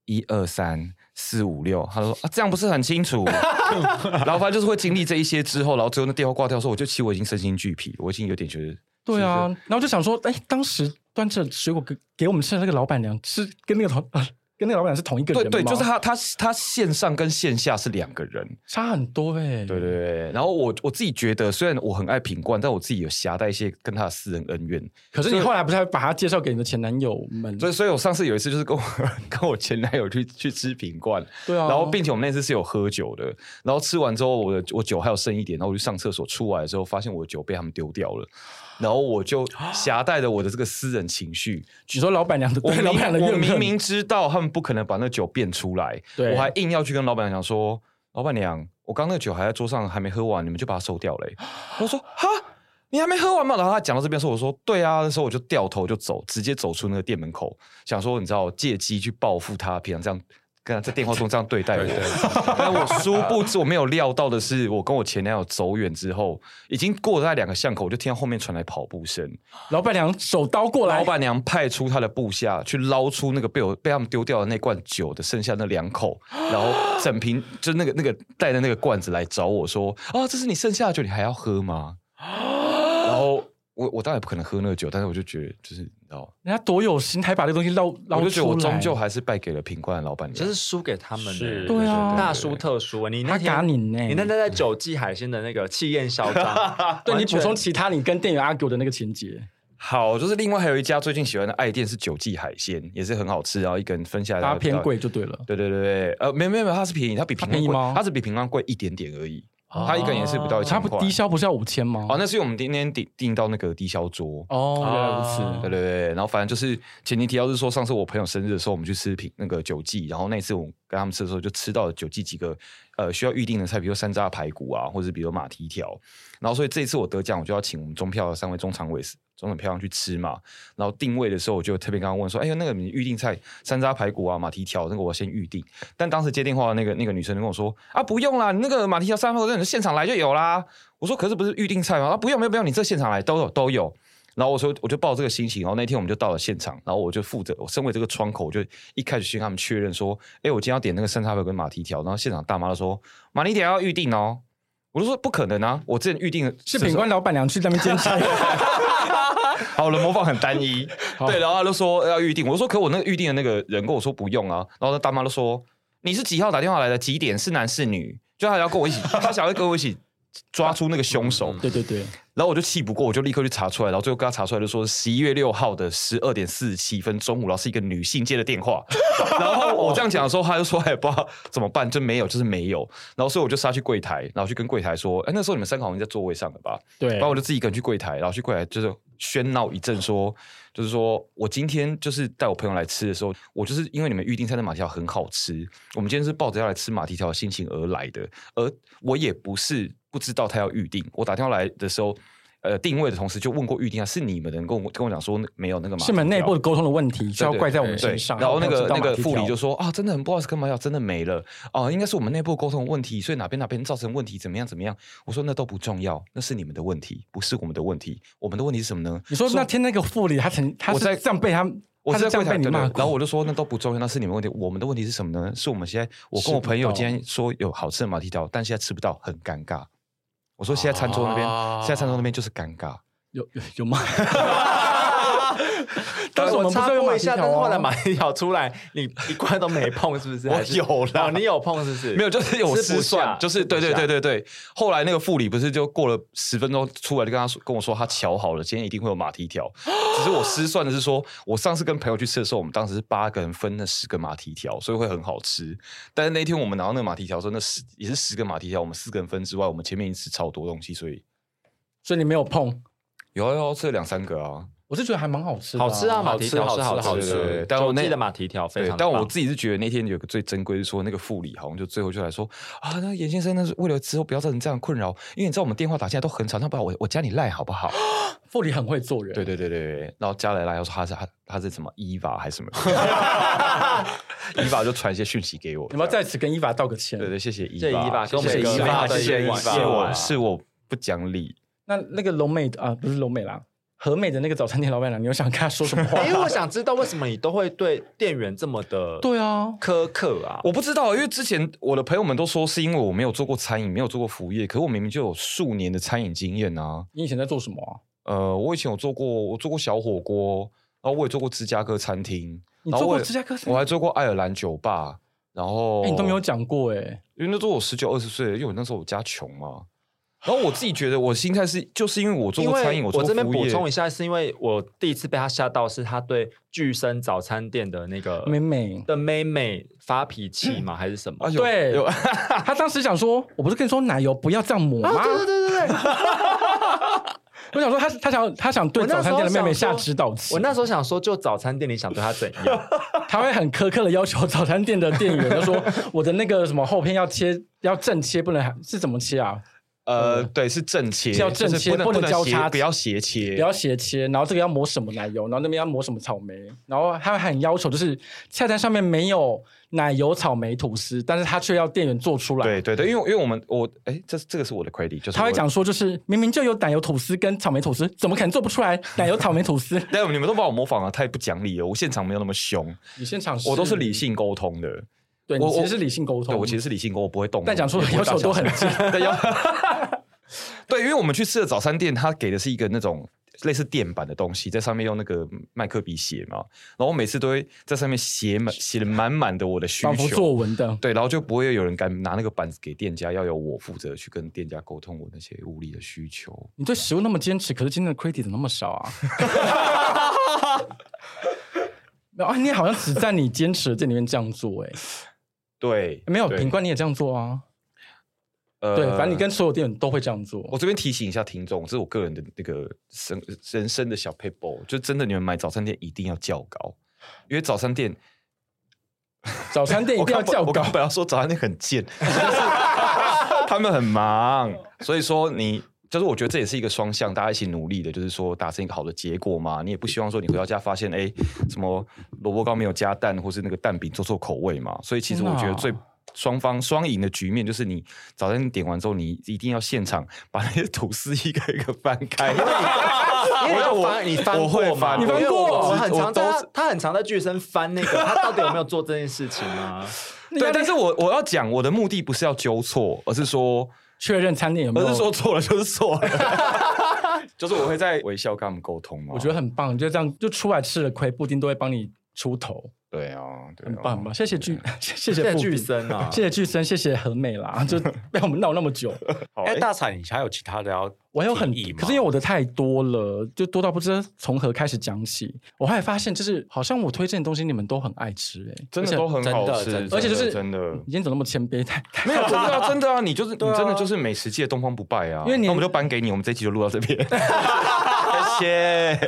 Speaker 4: 一二三四五六，他说啊，这样不是很清 楚。然后反正就是会经历这一些之后，然后最后那电话挂掉的时候，我就其实我已经身心俱疲，我已经有点觉得，
Speaker 3: 对啊，然后就想说，哎，当时端着水果给给我们吃的那个老板娘是跟那个同 啊跟那个老板娘是同一个人
Speaker 4: 对
Speaker 3: 吗，
Speaker 4: 对，就是他他他线上跟线下是两个人，
Speaker 3: 差很多哎，
Speaker 4: 对对对。然后我我自己觉得，虽然我很爱品冠，但我自己有夹带一些跟他的私人恩怨，
Speaker 3: 可是你后来不是还把他介绍给你的前男友们？
Speaker 4: 所以所以我上次有一次就是跟我 跟我前男友去去吃品冠，
Speaker 3: 对啊，
Speaker 4: 然后并且我们那次是有喝酒的，然后吃完之后我的我酒还有剩一点，然后我去上厕所，出来的时候发现我的酒被他们丢掉了，然后我 就夹带着我的这个私人情绪，
Speaker 3: 你说老板娘的
Speaker 4: 我
Speaker 3: 对
Speaker 4: 明
Speaker 3: 老板娘的
Speaker 4: 我
Speaker 3: 怨
Speaker 4: 明
Speaker 3: 恨
Speaker 4: 明知道他们不可能把那酒变出来，
Speaker 3: 对
Speaker 4: 我还硬要去跟老板娘讲说，老板娘，我刚那个酒还在桌上还没喝完，你们就把它收掉了欸、我说哈。你还没喝完吗？然后他讲到这边的时候，我说对啊，那时候我就掉头就走，直接走出那个店门口，想说你知道借机去报复他，平常这样跟他在电话中这样对待我。但我殊不知我没有料到的是，我跟我前男友走远之后，已经过了那两个巷口，我就听到后面传来跑步声，
Speaker 3: 老板娘手刀过来
Speaker 4: 老，板娘派出她的部下去捞出那个被我被他们丢掉的那罐酒的剩下那两 口，然后整瓶就那个那个带的那个罐子来找我说：“啊，这是你剩下的酒，你还要 喝吗？”然后我我当然不可能喝那个酒，但是我就觉得就是你知道，
Speaker 3: 人家多有心，还把这东西捞捞
Speaker 4: 我
Speaker 3: 出来。
Speaker 4: 就觉得我终究还是败给了品冠的老板娘。
Speaker 1: 真是输给他们呢。
Speaker 2: 是
Speaker 3: 对啊
Speaker 1: 大输特输。你那
Speaker 3: 他嘎
Speaker 1: 天
Speaker 3: 你欸呢？
Speaker 1: 你那天在九记海鲜的那个气焰 嚣张，
Speaker 3: 对你
Speaker 1: 完全
Speaker 3: 补充其他你跟店员 argue 的那个情节，
Speaker 4: 好，就是另外还有一家最近喜欢的爱店是九记海鲜，也是很好吃，然后一个人分下来
Speaker 3: 大家偏
Speaker 4: 大概
Speaker 3: 贵就对了。
Speaker 4: 对对对对，呃，没有没有没有，它是便宜，它比平
Speaker 3: 它便宜
Speaker 4: 安贵
Speaker 3: 吗
Speaker 4: 它是比平安贵一点点而已。
Speaker 3: 哦
Speaker 4: 它一个人也是不到一
Speaker 3: 它
Speaker 4: 千
Speaker 3: 不
Speaker 4: 块。
Speaker 3: 低消不是要五千吗？
Speaker 4: 哦，那是因为我们今天订订到那个低消桌。
Speaker 3: 哦，原来如此。
Speaker 4: 对对对，然后反正就是前提提到是说，上次我朋友生日的时候，我们去吃品那个九记，然后那一次我跟他们吃的时候，就吃到了九记几个呃需要预定的菜，比如说山楂排骨啊，或者是比如马蹄条，然后所以这一次我得奖，我就要请我们中票的三位中常委中等票上去吃嘛，然后定位的时候我就特别刚刚问说，哎呦那个你预定菜山楂排骨啊马蹄条那个我先预定，但当时接电话的那个那个女生就跟我说啊不用啦，你那个马蹄条山楂排骨你就现场来就有啦，我说可是不是预定菜吗？啊不用没有不用，你这现场来都有都有。然后我说，我就抱这个心情，然后那天我们就到了现场，然后我就负责，我身为这个窗口，我就一开始去跟他们确认说，哎，我今天要点那个山楂排跟马蹄条，然后现场大妈就说，马蹄条要预定哦，我就说不可能啊，我之前预定的
Speaker 3: 是品冠老板娘去那边监 察，
Speaker 4: 好，我的模仿很单一，对，然后他就说要预定，我就说可我那个预定的那个人跟我说不用啊，然后那大妈就说你是几号打电话来的，几点是男是女，就他要跟我一起，他想要跟我一起抓出那个凶手，
Speaker 3: 对对对，
Speaker 4: 然后我就气不过，我就立刻去查出来，然后最后跟他查出来就说十一月六号的十二点四十七分中午，然后是一个女性接的电话。然后我这样讲的时候，他就说：“哎，不知道怎么办，就没有，就是没有。”然后所以我就杀去柜台，然后去跟柜台说：“哎，那时候你们三个好像在座位上了吧？”
Speaker 3: 对
Speaker 4: 然后我就自己一个人去柜台，然后去柜台就是喧闹一阵说，就是说我今天就是带我朋友来吃的时候，我就是因为你们预定菜的马蹄条很好吃，我们今天是抱着要来吃马蹄条的心情而来的，而我也不是不知道他要预定，我打电话来的时候。呃，定位的同时就问过预定啊，是你们能跟我跟我讲说没有那个马蹄条，
Speaker 3: 是你们内部的沟通的问题，需要
Speaker 4: 对哎
Speaker 3: 怪在我们
Speaker 4: 对
Speaker 3: 身上。
Speaker 4: 然后那
Speaker 3: 我
Speaker 4: 个
Speaker 3: 知道
Speaker 4: 那个
Speaker 3: 马蹄
Speaker 4: 副理
Speaker 3: 条
Speaker 4: 就说啊，真的很不好意思，干嘛要真的没了哦、应该是我们内部沟通问题，所以哪边哪边造成问题，怎么样怎么样。我说那都不重要，那是你们的问题，不是我们的问题。我们的问题是什么呢？
Speaker 3: 你说那天那个副理，他曾他
Speaker 4: 我
Speaker 3: 是
Speaker 4: 在
Speaker 3: 这样被他，
Speaker 4: 我
Speaker 3: 他
Speaker 4: 是
Speaker 3: 是
Speaker 4: 在
Speaker 3: 这样
Speaker 4: 柜台
Speaker 3: 被你
Speaker 4: 对对
Speaker 3: 骂
Speaker 4: 然
Speaker 3: 过，
Speaker 4: 后我就说那都不重要，那是你们问题。我们的问题是什么呢？是我们现在我跟我朋友今天说有好吃的马蹄条，但现在吃不到，很尴尬。我说现在餐桌那边，
Speaker 2: 啊
Speaker 4: 现在餐桌那边就是尴尬。
Speaker 3: 有有有 骂。当时我们不
Speaker 1: 插
Speaker 3: 是有
Speaker 1: 播
Speaker 3: 马
Speaker 1: 一
Speaker 3: 蹄
Speaker 1: 下，
Speaker 3: 条
Speaker 1: 但是后来
Speaker 3: 哦
Speaker 1: 马蹄条出来，你一块都没碰，是不是？
Speaker 4: 我
Speaker 1: 还是
Speaker 4: 有啦
Speaker 1: 哦你有碰是不是？
Speaker 4: 没有，就是有
Speaker 1: 吃不
Speaker 4: 失算
Speaker 1: 下，
Speaker 4: 就是
Speaker 1: 吃不
Speaker 4: 对对
Speaker 1: 下
Speaker 4: 对对对。后来那个副理不是就过了十分钟出来，就跟他说跟我说他瞧好了，今天一定会有马蹄 条。只是我失算的是说，我上次跟朋友去吃的时候，我们当时是八个人分那十个马蹄条，所以会很好吃。但是那天我们拿到那个马蹄条的时候，那十也是十个马蹄条，我们四个人分之外，我们前面已经吃超多东西，所以
Speaker 3: 所以你没有碰。
Speaker 4: 有啊有啊吃了两三个啊。
Speaker 3: 我是觉得还蛮好吃的、
Speaker 1: 好吃啊，马
Speaker 2: 好
Speaker 1: 蹄
Speaker 2: 吃
Speaker 1: 条是
Speaker 2: 好
Speaker 1: 好
Speaker 2: 吃好
Speaker 1: 吃
Speaker 2: 吃
Speaker 4: 对对
Speaker 1: 的，
Speaker 4: 对但我那
Speaker 1: 记得马蹄条非
Speaker 4: 对
Speaker 1: 常，
Speaker 4: 但
Speaker 1: 棒，
Speaker 4: 我自己是觉得那天有个最珍贵是说，那个副理好像就最后就来说啊，那严先生，那是为了之后不要造成这样的困扰，因为你知道我们电话打进来都很吵，那不然我我加你赖好不好？
Speaker 3: 副理很会做人。
Speaker 4: 对对对对对，然后加了赖，他说他是他他是什么伊娃还是什么， 伊娃就传一些讯息给我，
Speaker 3: 你们要在此跟伊娃道个歉。
Speaker 4: 对对，谢谢伊
Speaker 1: 谢谢
Speaker 4: 娃，
Speaker 1: 伊娃
Speaker 4: 谢
Speaker 1: 跟我们
Speaker 4: 谢
Speaker 3: 一
Speaker 4: 伊
Speaker 3: 个
Speaker 4: 娃，
Speaker 3: 美好的
Speaker 4: 谢谢
Speaker 3: 夜
Speaker 4: 伊娃，
Speaker 3: 晚
Speaker 4: 是我是我不讲理，
Speaker 3: 那那个龙美啊，不是龙美啦，和美的那个早餐店老板娘，你有想跟她说什么话？
Speaker 1: 哎因为我想知道为什么你都会对店员这么的
Speaker 3: 对啊，
Speaker 1: 苛刻啊？
Speaker 4: 我不知道，因为之前我的朋友们都说是因为我没有做过餐饮，没有做过服务业，可是我明明就有数年的餐饮经验啊。
Speaker 3: 你以前在做什么啊？
Speaker 4: 呃，我以前有做过，我做过小火锅，然后我也做过芝加哥餐厅，
Speaker 3: 你
Speaker 4: 然后
Speaker 3: 做过
Speaker 4: 我也
Speaker 3: 芝加哥餐厅
Speaker 4: 我还做过爱尔兰酒吧，然后、
Speaker 3: 哎、你都没有，讲过哎、
Speaker 4: 因为那时候我十九二十岁，因为我那时候我家穷嘛，然后我自己觉得我心态是，就是因为我做
Speaker 1: 因
Speaker 4: 过餐饮，
Speaker 1: 为
Speaker 4: 做
Speaker 1: 我
Speaker 4: 过
Speaker 1: 这边
Speaker 4: 服务
Speaker 1: 补
Speaker 4: 业
Speaker 1: 充一下，是因为我第一次被他吓到，是他对巨生早餐店的那个
Speaker 3: 美美，
Speaker 1: 的妹妹发脾气嘛，还是什么
Speaker 4: 啊，？有
Speaker 3: 对
Speaker 4: 有，
Speaker 3: 她当时想说，我不是跟你说奶油不要这样抹
Speaker 1: 啊
Speaker 3: 吗？对对对对对。我想说她，她想，她想对
Speaker 1: 我那
Speaker 3: 早餐店的
Speaker 1: 时
Speaker 3: 妹
Speaker 1: 候
Speaker 3: 妹
Speaker 1: 想
Speaker 3: 下
Speaker 1: 说
Speaker 3: 指导棋。
Speaker 1: 我那时候想说，就早餐店你想对他怎样？
Speaker 3: 他会很苛刻的要求早餐店的店员，就说我的那个什么后片要切，要正切，不能是怎么切啊？
Speaker 1: 嗯
Speaker 4: 呃，对，是正切，
Speaker 3: 是要正
Speaker 4: 就是
Speaker 3: 切
Speaker 4: 不能
Speaker 3: 不
Speaker 4: 不
Speaker 3: 能交
Speaker 4: 斜
Speaker 3: 叉
Speaker 4: 不要斜切，
Speaker 3: 不要斜切，然后这个要抹什么奶油，然后那边要抹什么草莓，然后他会很要求，就是菜单上面没有奶油草莓吐司，但是他却要店员做出来。
Speaker 4: 对对对，因为因为我们我哎，这这个是我的 credit，就是
Speaker 3: 他会
Speaker 4: 我？
Speaker 3: 讲说，就是明明就有奶油吐司跟草莓吐司，怎么可能做不出来奶油草莓吐司
Speaker 4: 但你们都把我模仿了，太不讲理了。我现场没有那么凶，
Speaker 3: 你现场
Speaker 4: 我都是理，性沟通的。
Speaker 3: 对，
Speaker 4: 我
Speaker 3: 你其
Speaker 4: 我
Speaker 3: 实是理性沟
Speaker 4: 对，
Speaker 3: 通。
Speaker 4: 我其实是理性沟，我不会动怒。
Speaker 3: 但讲出
Speaker 4: 也
Speaker 3: 的
Speaker 4: 不会
Speaker 3: 要
Speaker 4: 大
Speaker 3: 求都
Speaker 4: 小
Speaker 3: 很
Speaker 4: 声
Speaker 3: 近，
Speaker 4: 对，要对，因为我们去吃的早餐店，他给的是一个那种类似垫板的东西，在上面用那个麦克笔写嘛，然后我每次都会在上面写满写的满满的我的需
Speaker 3: 仿佛作
Speaker 4: 求。
Speaker 3: 文的。
Speaker 4: 对，然后就不会有人敢拿那个板子给店家，要由我负责去跟店家沟通我那些物理的需求。
Speaker 3: 你对食物那么坚持，可是今天的 credit 怎么那么少啊？ 没有啊，你好像只在你坚持的这里面这样做、欸，
Speaker 4: 对，
Speaker 3: 哎，没有
Speaker 4: 对
Speaker 3: 品冠你也这样做啊？
Speaker 4: 呃
Speaker 3: 对，反正你跟所有店都会这样做。
Speaker 4: 我这边提醒一下听众，这是我个人的那个生人生的小 paper，就真的你们买早餐店一定要较高，因为早餐店
Speaker 3: 早餐店一
Speaker 4: 我
Speaker 3: 定要
Speaker 4: 刚
Speaker 3: 叫
Speaker 4: 我
Speaker 3: 高，
Speaker 4: 刚本来要说早餐店很 贱，就是他们很忙， 所以说你。就是我觉得这也是一个双向，大家一起努力的，就是说达成一个好的结果嘛。你也不希望说你回到家发现，哎、什么萝卜糕没有加蛋，或是那个蛋饼做错口味嘛。所以其实我啊觉得最
Speaker 3: 天
Speaker 4: 双方双赢的局面就是你早餐点完之后，你一定要现场把那些吐司一个一个翻 开。
Speaker 1: 因为我
Speaker 4: 我
Speaker 1: 翻你翻过
Speaker 4: 我会
Speaker 1: 吗
Speaker 4: 翻，
Speaker 3: 你翻过
Speaker 1: 因为我我很
Speaker 4: 我
Speaker 1: 常
Speaker 4: 都
Speaker 1: 在
Speaker 4: 是
Speaker 1: 他他很常在巨声翻那个，他到底有没有做这件事情啊？
Speaker 3: 那
Speaker 4: 对，
Speaker 3: 个
Speaker 4: 但是我我要讲我的目的不是要纠错，而是说
Speaker 3: 确认餐店有没
Speaker 4: 不
Speaker 3: 有？
Speaker 4: 是说错了就是错了， 就是我会在微笑跟他们沟通嘛。
Speaker 3: 我觉得很棒，就这样就出来吃了亏，布丁都会帮你出头，
Speaker 4: 对啊，对啊
Speaker 3: 很棒很棒。谢谢巨， 谢谢
Speaker 1: 谢谢
Speaker 3: 布丁
Speaker 1: 巨森啊
Speaker 3: 谢谢巨森，谢谢很美 啦，就被我们闹那么久。
Speaker 4: 好
Speaker 2: 哎，
Speaker 4: 哎
Speaker 2: 大彩，你还有其他的要？
Speaker 3: 我还 有很
Speaker 2: 提议，吗
Speaker 3: 可是因为我的太多了，就多到不知道从何开始讲起。我后来发现，就是好像我推荐的东西你们都很爱吃、欸，哎，
Speaker 4: 真的都很好吃，
Speaker 2: 真的真
Speaker 3: 而且就是
Speaker 4: 真的
Speaker 3: 你今天怎么那么谦卑？太太
Speaker 4: 没 有真的啊，真的啊，你就是你真的就是美食界东方不败啊。
Speaker 3: 因为你
Speaker 4: 那我们就颁给你，我们这一集就录到这 边，谢谢。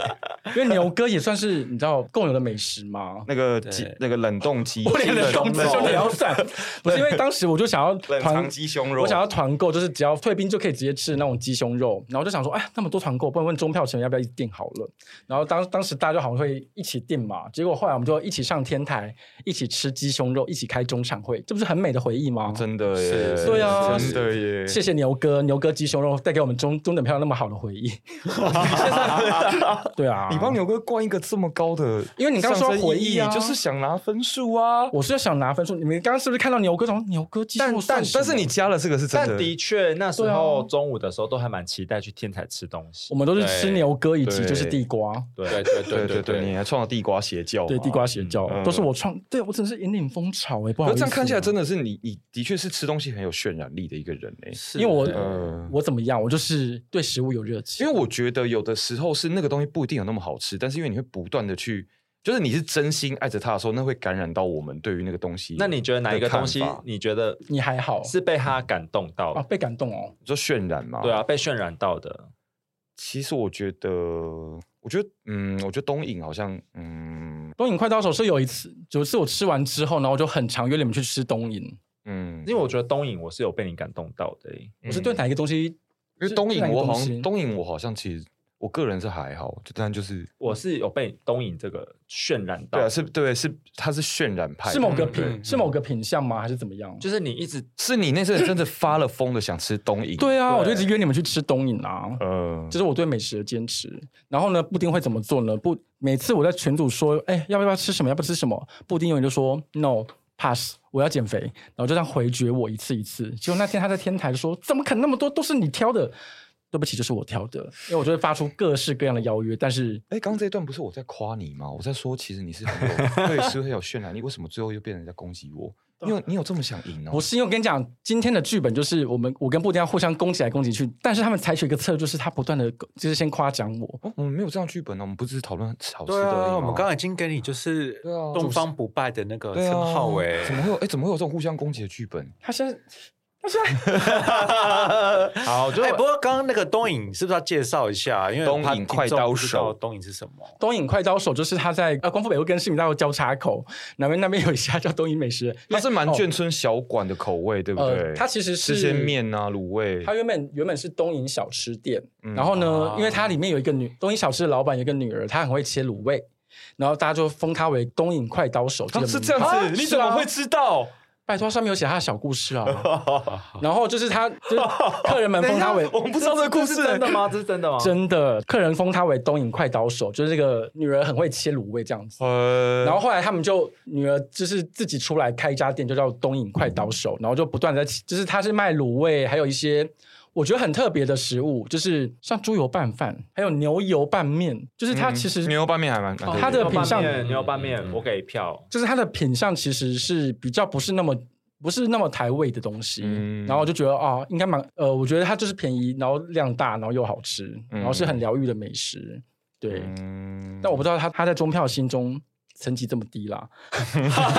Speaker 3: 因为牛哥也算是你知道共有的美食嘛。
Speaker 4: 那个鸡
Speaker 2: 对，
Speaker 4: 那个冷冻鸡，
Speaker 3: 我连冷冻鸡胸也要算， 不是因为当时我就想要
Speaker 4: 冷藏
Speaker 3: 团，
Speaker 4: 鸡胸肉，
Speaker 3: 我想要团购，就是只要退兵就可以直接吃那种鸡胸肉，然后我就想说，哎，那么多团购，不然问中票成员要不要一起订好了。然后当当时大家就好像会一起订嘛，结果后来我们就一起上天台，一起吃鸡胸肉，一起开中场会，这不是很美的回忆吗？
Speaker 4: 真的耶，
Speaker 2: 是
Speaker 3: 对啊
Speaker 4: 真的耶，
Speaker 3: 谢谢牛哥，牛哥鸡胸肉带给我们中中等票那么好的回 忆。 对啊，
Speaker 4: 你帮，牛哥冠一个这么高的，
Speaker 3: 因为你刚刚说回忆啊
Speaker 4: 就是想拿分数啊。
Speaker 3: 我是想拿分数。你们刚刚是不是看到牛哥从牛哥鸡胸肉
Speaker 1: 但
Speaker 3: 算什么
Speaker 4: 但是你加了这个是真
Speaker 1: 但
Speaker 4: 的，
Speaker 1: 的确那时
Speaker 3: 对啊
Speaker 1: 候中午的时候都还蛮期待去天台吃东西
Speaker 3: 我。们都是吃牛哥以及
Speaker 4: 对
Speaker 3: 就是地瓜，
Speaker 1: 对，
Speaker 2: 对
Speaker 4: 对对对，你还创了地瓜邪教嘛，
Speaker 3: 对地瓜邪教、
Speaker 4: 嗯
Speaker 3: 都是我创，对我真的是引领风潮哎、不好
Speaker 4: 可
Speaker 3: 意
Speaker 4: 是
Speaker 3: 思，
Speaker 4: 这样看起来，真
Speaker 3: 的，
Speaker 4: 的是你，你的确是吃东西很有渲染力的一个人欸诶、
Speaker 2: 是
Speaker 3: 因为我、
Speaker 4: 嗯
Speaker 3: 我怎么样，我就是对食物有热情，
Speaker 4: 因为我觉得有的时候是那个东西不一定有那么好吃，但是因为你会不断的去，就是你是真心爱着它的时候，那会感染到我们对于那个东西。
Speaker 1: 那你觉得哪一个东西
Speaker 4: 的看法
Speaker 1: 你觉得
Speaker 3: 你还好
Speaker 1: 是被他感动到
Speaker 3: 啊，
Speaker 1: 的？
Speaker 3: 被感动哦。
Speaker 4: 你说渲染吗？
Speaker 1: 对，啊，被渲染到的。
Speaker 4: 其实我觉得，我觉得，嗯，我觉得东影好像，嗯
Speaker 3: 东影快到手是有一次，有一次我吃完之后，然后我就很常约你们去吃东影。
Speaker 4: 嗯，
Speaker 1: 因为我觉得东影我是有被你感动到的、欸，
Speaker 3: 我是对哪一个东西？
Speaker 4: 因为东
Speaker 3: 是哪
Speaker 4: 影
Speaker 3: 个
Speaker 4: 我好
Speaker 3: 东西
Speaker 4: 像东影我好像其实我个人是还好，就但就是
Speaker 1: 我是有被东影这个渲染到
Speaker 4: 对啊，是对是它是渲染派的，
Speaker 3: 是某个
Speaker 4: 对
Speaker 3: 品、是某个品相吗？还是怎么样？
Speaker 1: 就是你一直
Speaker 4: 嗯是你那阵子真的发了疯的想吃东影，
Speaker 3: 对啊，
Speaker 1: 对
Speaker 3: 我就一直约你们去吃东影啊，
Speaker 4: 呃
Speaker 3: 这是我对美食的坚持。然后呢，布丁会怎么做呢？布每次我在群组说，哎，要不要吃什么？要不要吃什么？布丁永远就说 no pass，我要减肥，然后就这样回绝我一次一次。结果那天他在天台就说，怎么可能那么多都是你挑的？对不起，就是我挑的，因为我就会发出各式各样的邀约，但是
Speaker 4: 哎，刚刚这一段不是我在夸你吗？我在说，其实你是很有对是很有渲染力，为什么最后又变成在攻击我？你有你有这么想赢
Speaker 3: 不
Speaker 4: 哦？
Speaker 3: 是，因为我跟你讲，今天的剧本就是我们我跟布丁要互相攻击来攻击去，但是他们采取一个策略，就是他不断的就是先夸奖我，
Speaker 4: 哦，我们没有这样剧本呢，我们不只是讨论好吃
Speaker 2: 对
Speaker 4: 的而已
Speaker 2: 啊，
Speaker 4: 吗
Speaker 2: 我们刚刚已经给你就是
Speaker 4: 对啊
Speaker 2: 东方不败的那个
Speaker 4: 对
Speaker 2: 称
Speaker 4: 啊
Speaker 2: 号哎，
Speaker 4: 怎么会有哎怎么会有这种互相攻击的剧本？
Speaker 3: 他现在他现在
Speaker 1: 好，就
Speaker 2: 哎，不过刚刚那个东影是不是要介绍一下？因为
Speaker 4: 东影
Speaker 2: 怕听众
Speaker 4: 快刀
Speaker 2: 不知道
Speaker 4: 手
Speaker 2: 东影是什么？
Speaker 3: 东影快刀手就是他在呃光复北路跟市民大道交叉口，南边那边有一家叫东影美 食，
Speaker 4: 它是蛮
Speaker 3: 哦
Speaker 4: 眷村小馆的口味，对不
Speaker 3: 呃，
Speaker 4: 对？
Speaker 3: 它其实是
Speaker 4: 吃些面啊，卤味
Speaker 3: 它，原本原本是东影小吃店，
Speaker 4: 嗯
Speaker 3: 然后呢，
Speaker 2: 啊
Speaker 3: 因为它里面有一个女东影小吃的老板有一个女儿，她很会切卤味，然后大家就封她为东影快刀手。
Speaker 4: 啊
Speaker 3: 个
Speaker 4: 是
Speaker 3: 名
Speaker 4: 这
Speaker 3: 字啊
Speaker 4: 样子，你怎么会知道？
Speaker 3: 拜托，上面有写他的小故事 啊。然后就是他，就是客人们封他为
Speaker 1: 我们
Speaker 4: 不 知道这个故
Speaker 1: 是
Speaker 4: 事
Speaker 1: 真的吗？这是 真的吗？
Speaker 3: 真的，客人封他为东影快刀手，就是这个女儿很会切卤味这样子。
Speaker 4: 呃，
Speaker 3: 然后后来他们就女儿就是自己出来开一家店，就叫东影快刀手，然后就不断地在，就是他是卖卤味，还有一些我觉得很特别的食物，就是像猪油拌饭，还有牛油拌面，就是它
Speaker 4: 嗯
Speaker 3: 其实、
Speaker 4: 牛肉拌面还蛮蛮
Speaker 3: 哦
Speaker 4: 特
Speaker 3: 它
Speaker 4: 别
Speaker 3: 的
Speaker 4: 的嗯
Speaker 1: 牛肉拌
Speaker 3: 品相
Speaker 1: 面，牛肉拌面，我给票。
Speaker 3: 就是它的品相其实是比较不是那么不是那么台味的东西，
Speaker 4: 嗯
Speaker 3: 然后我就觉得哦，应该蛮呃，我觉得它就是便宜，然后量大，然后又好吃，然后是很疗愈的美食，对。
Speaker 4: 嗯
Speaker 3: 但我不知道它它在中票心中成绩这么低啦。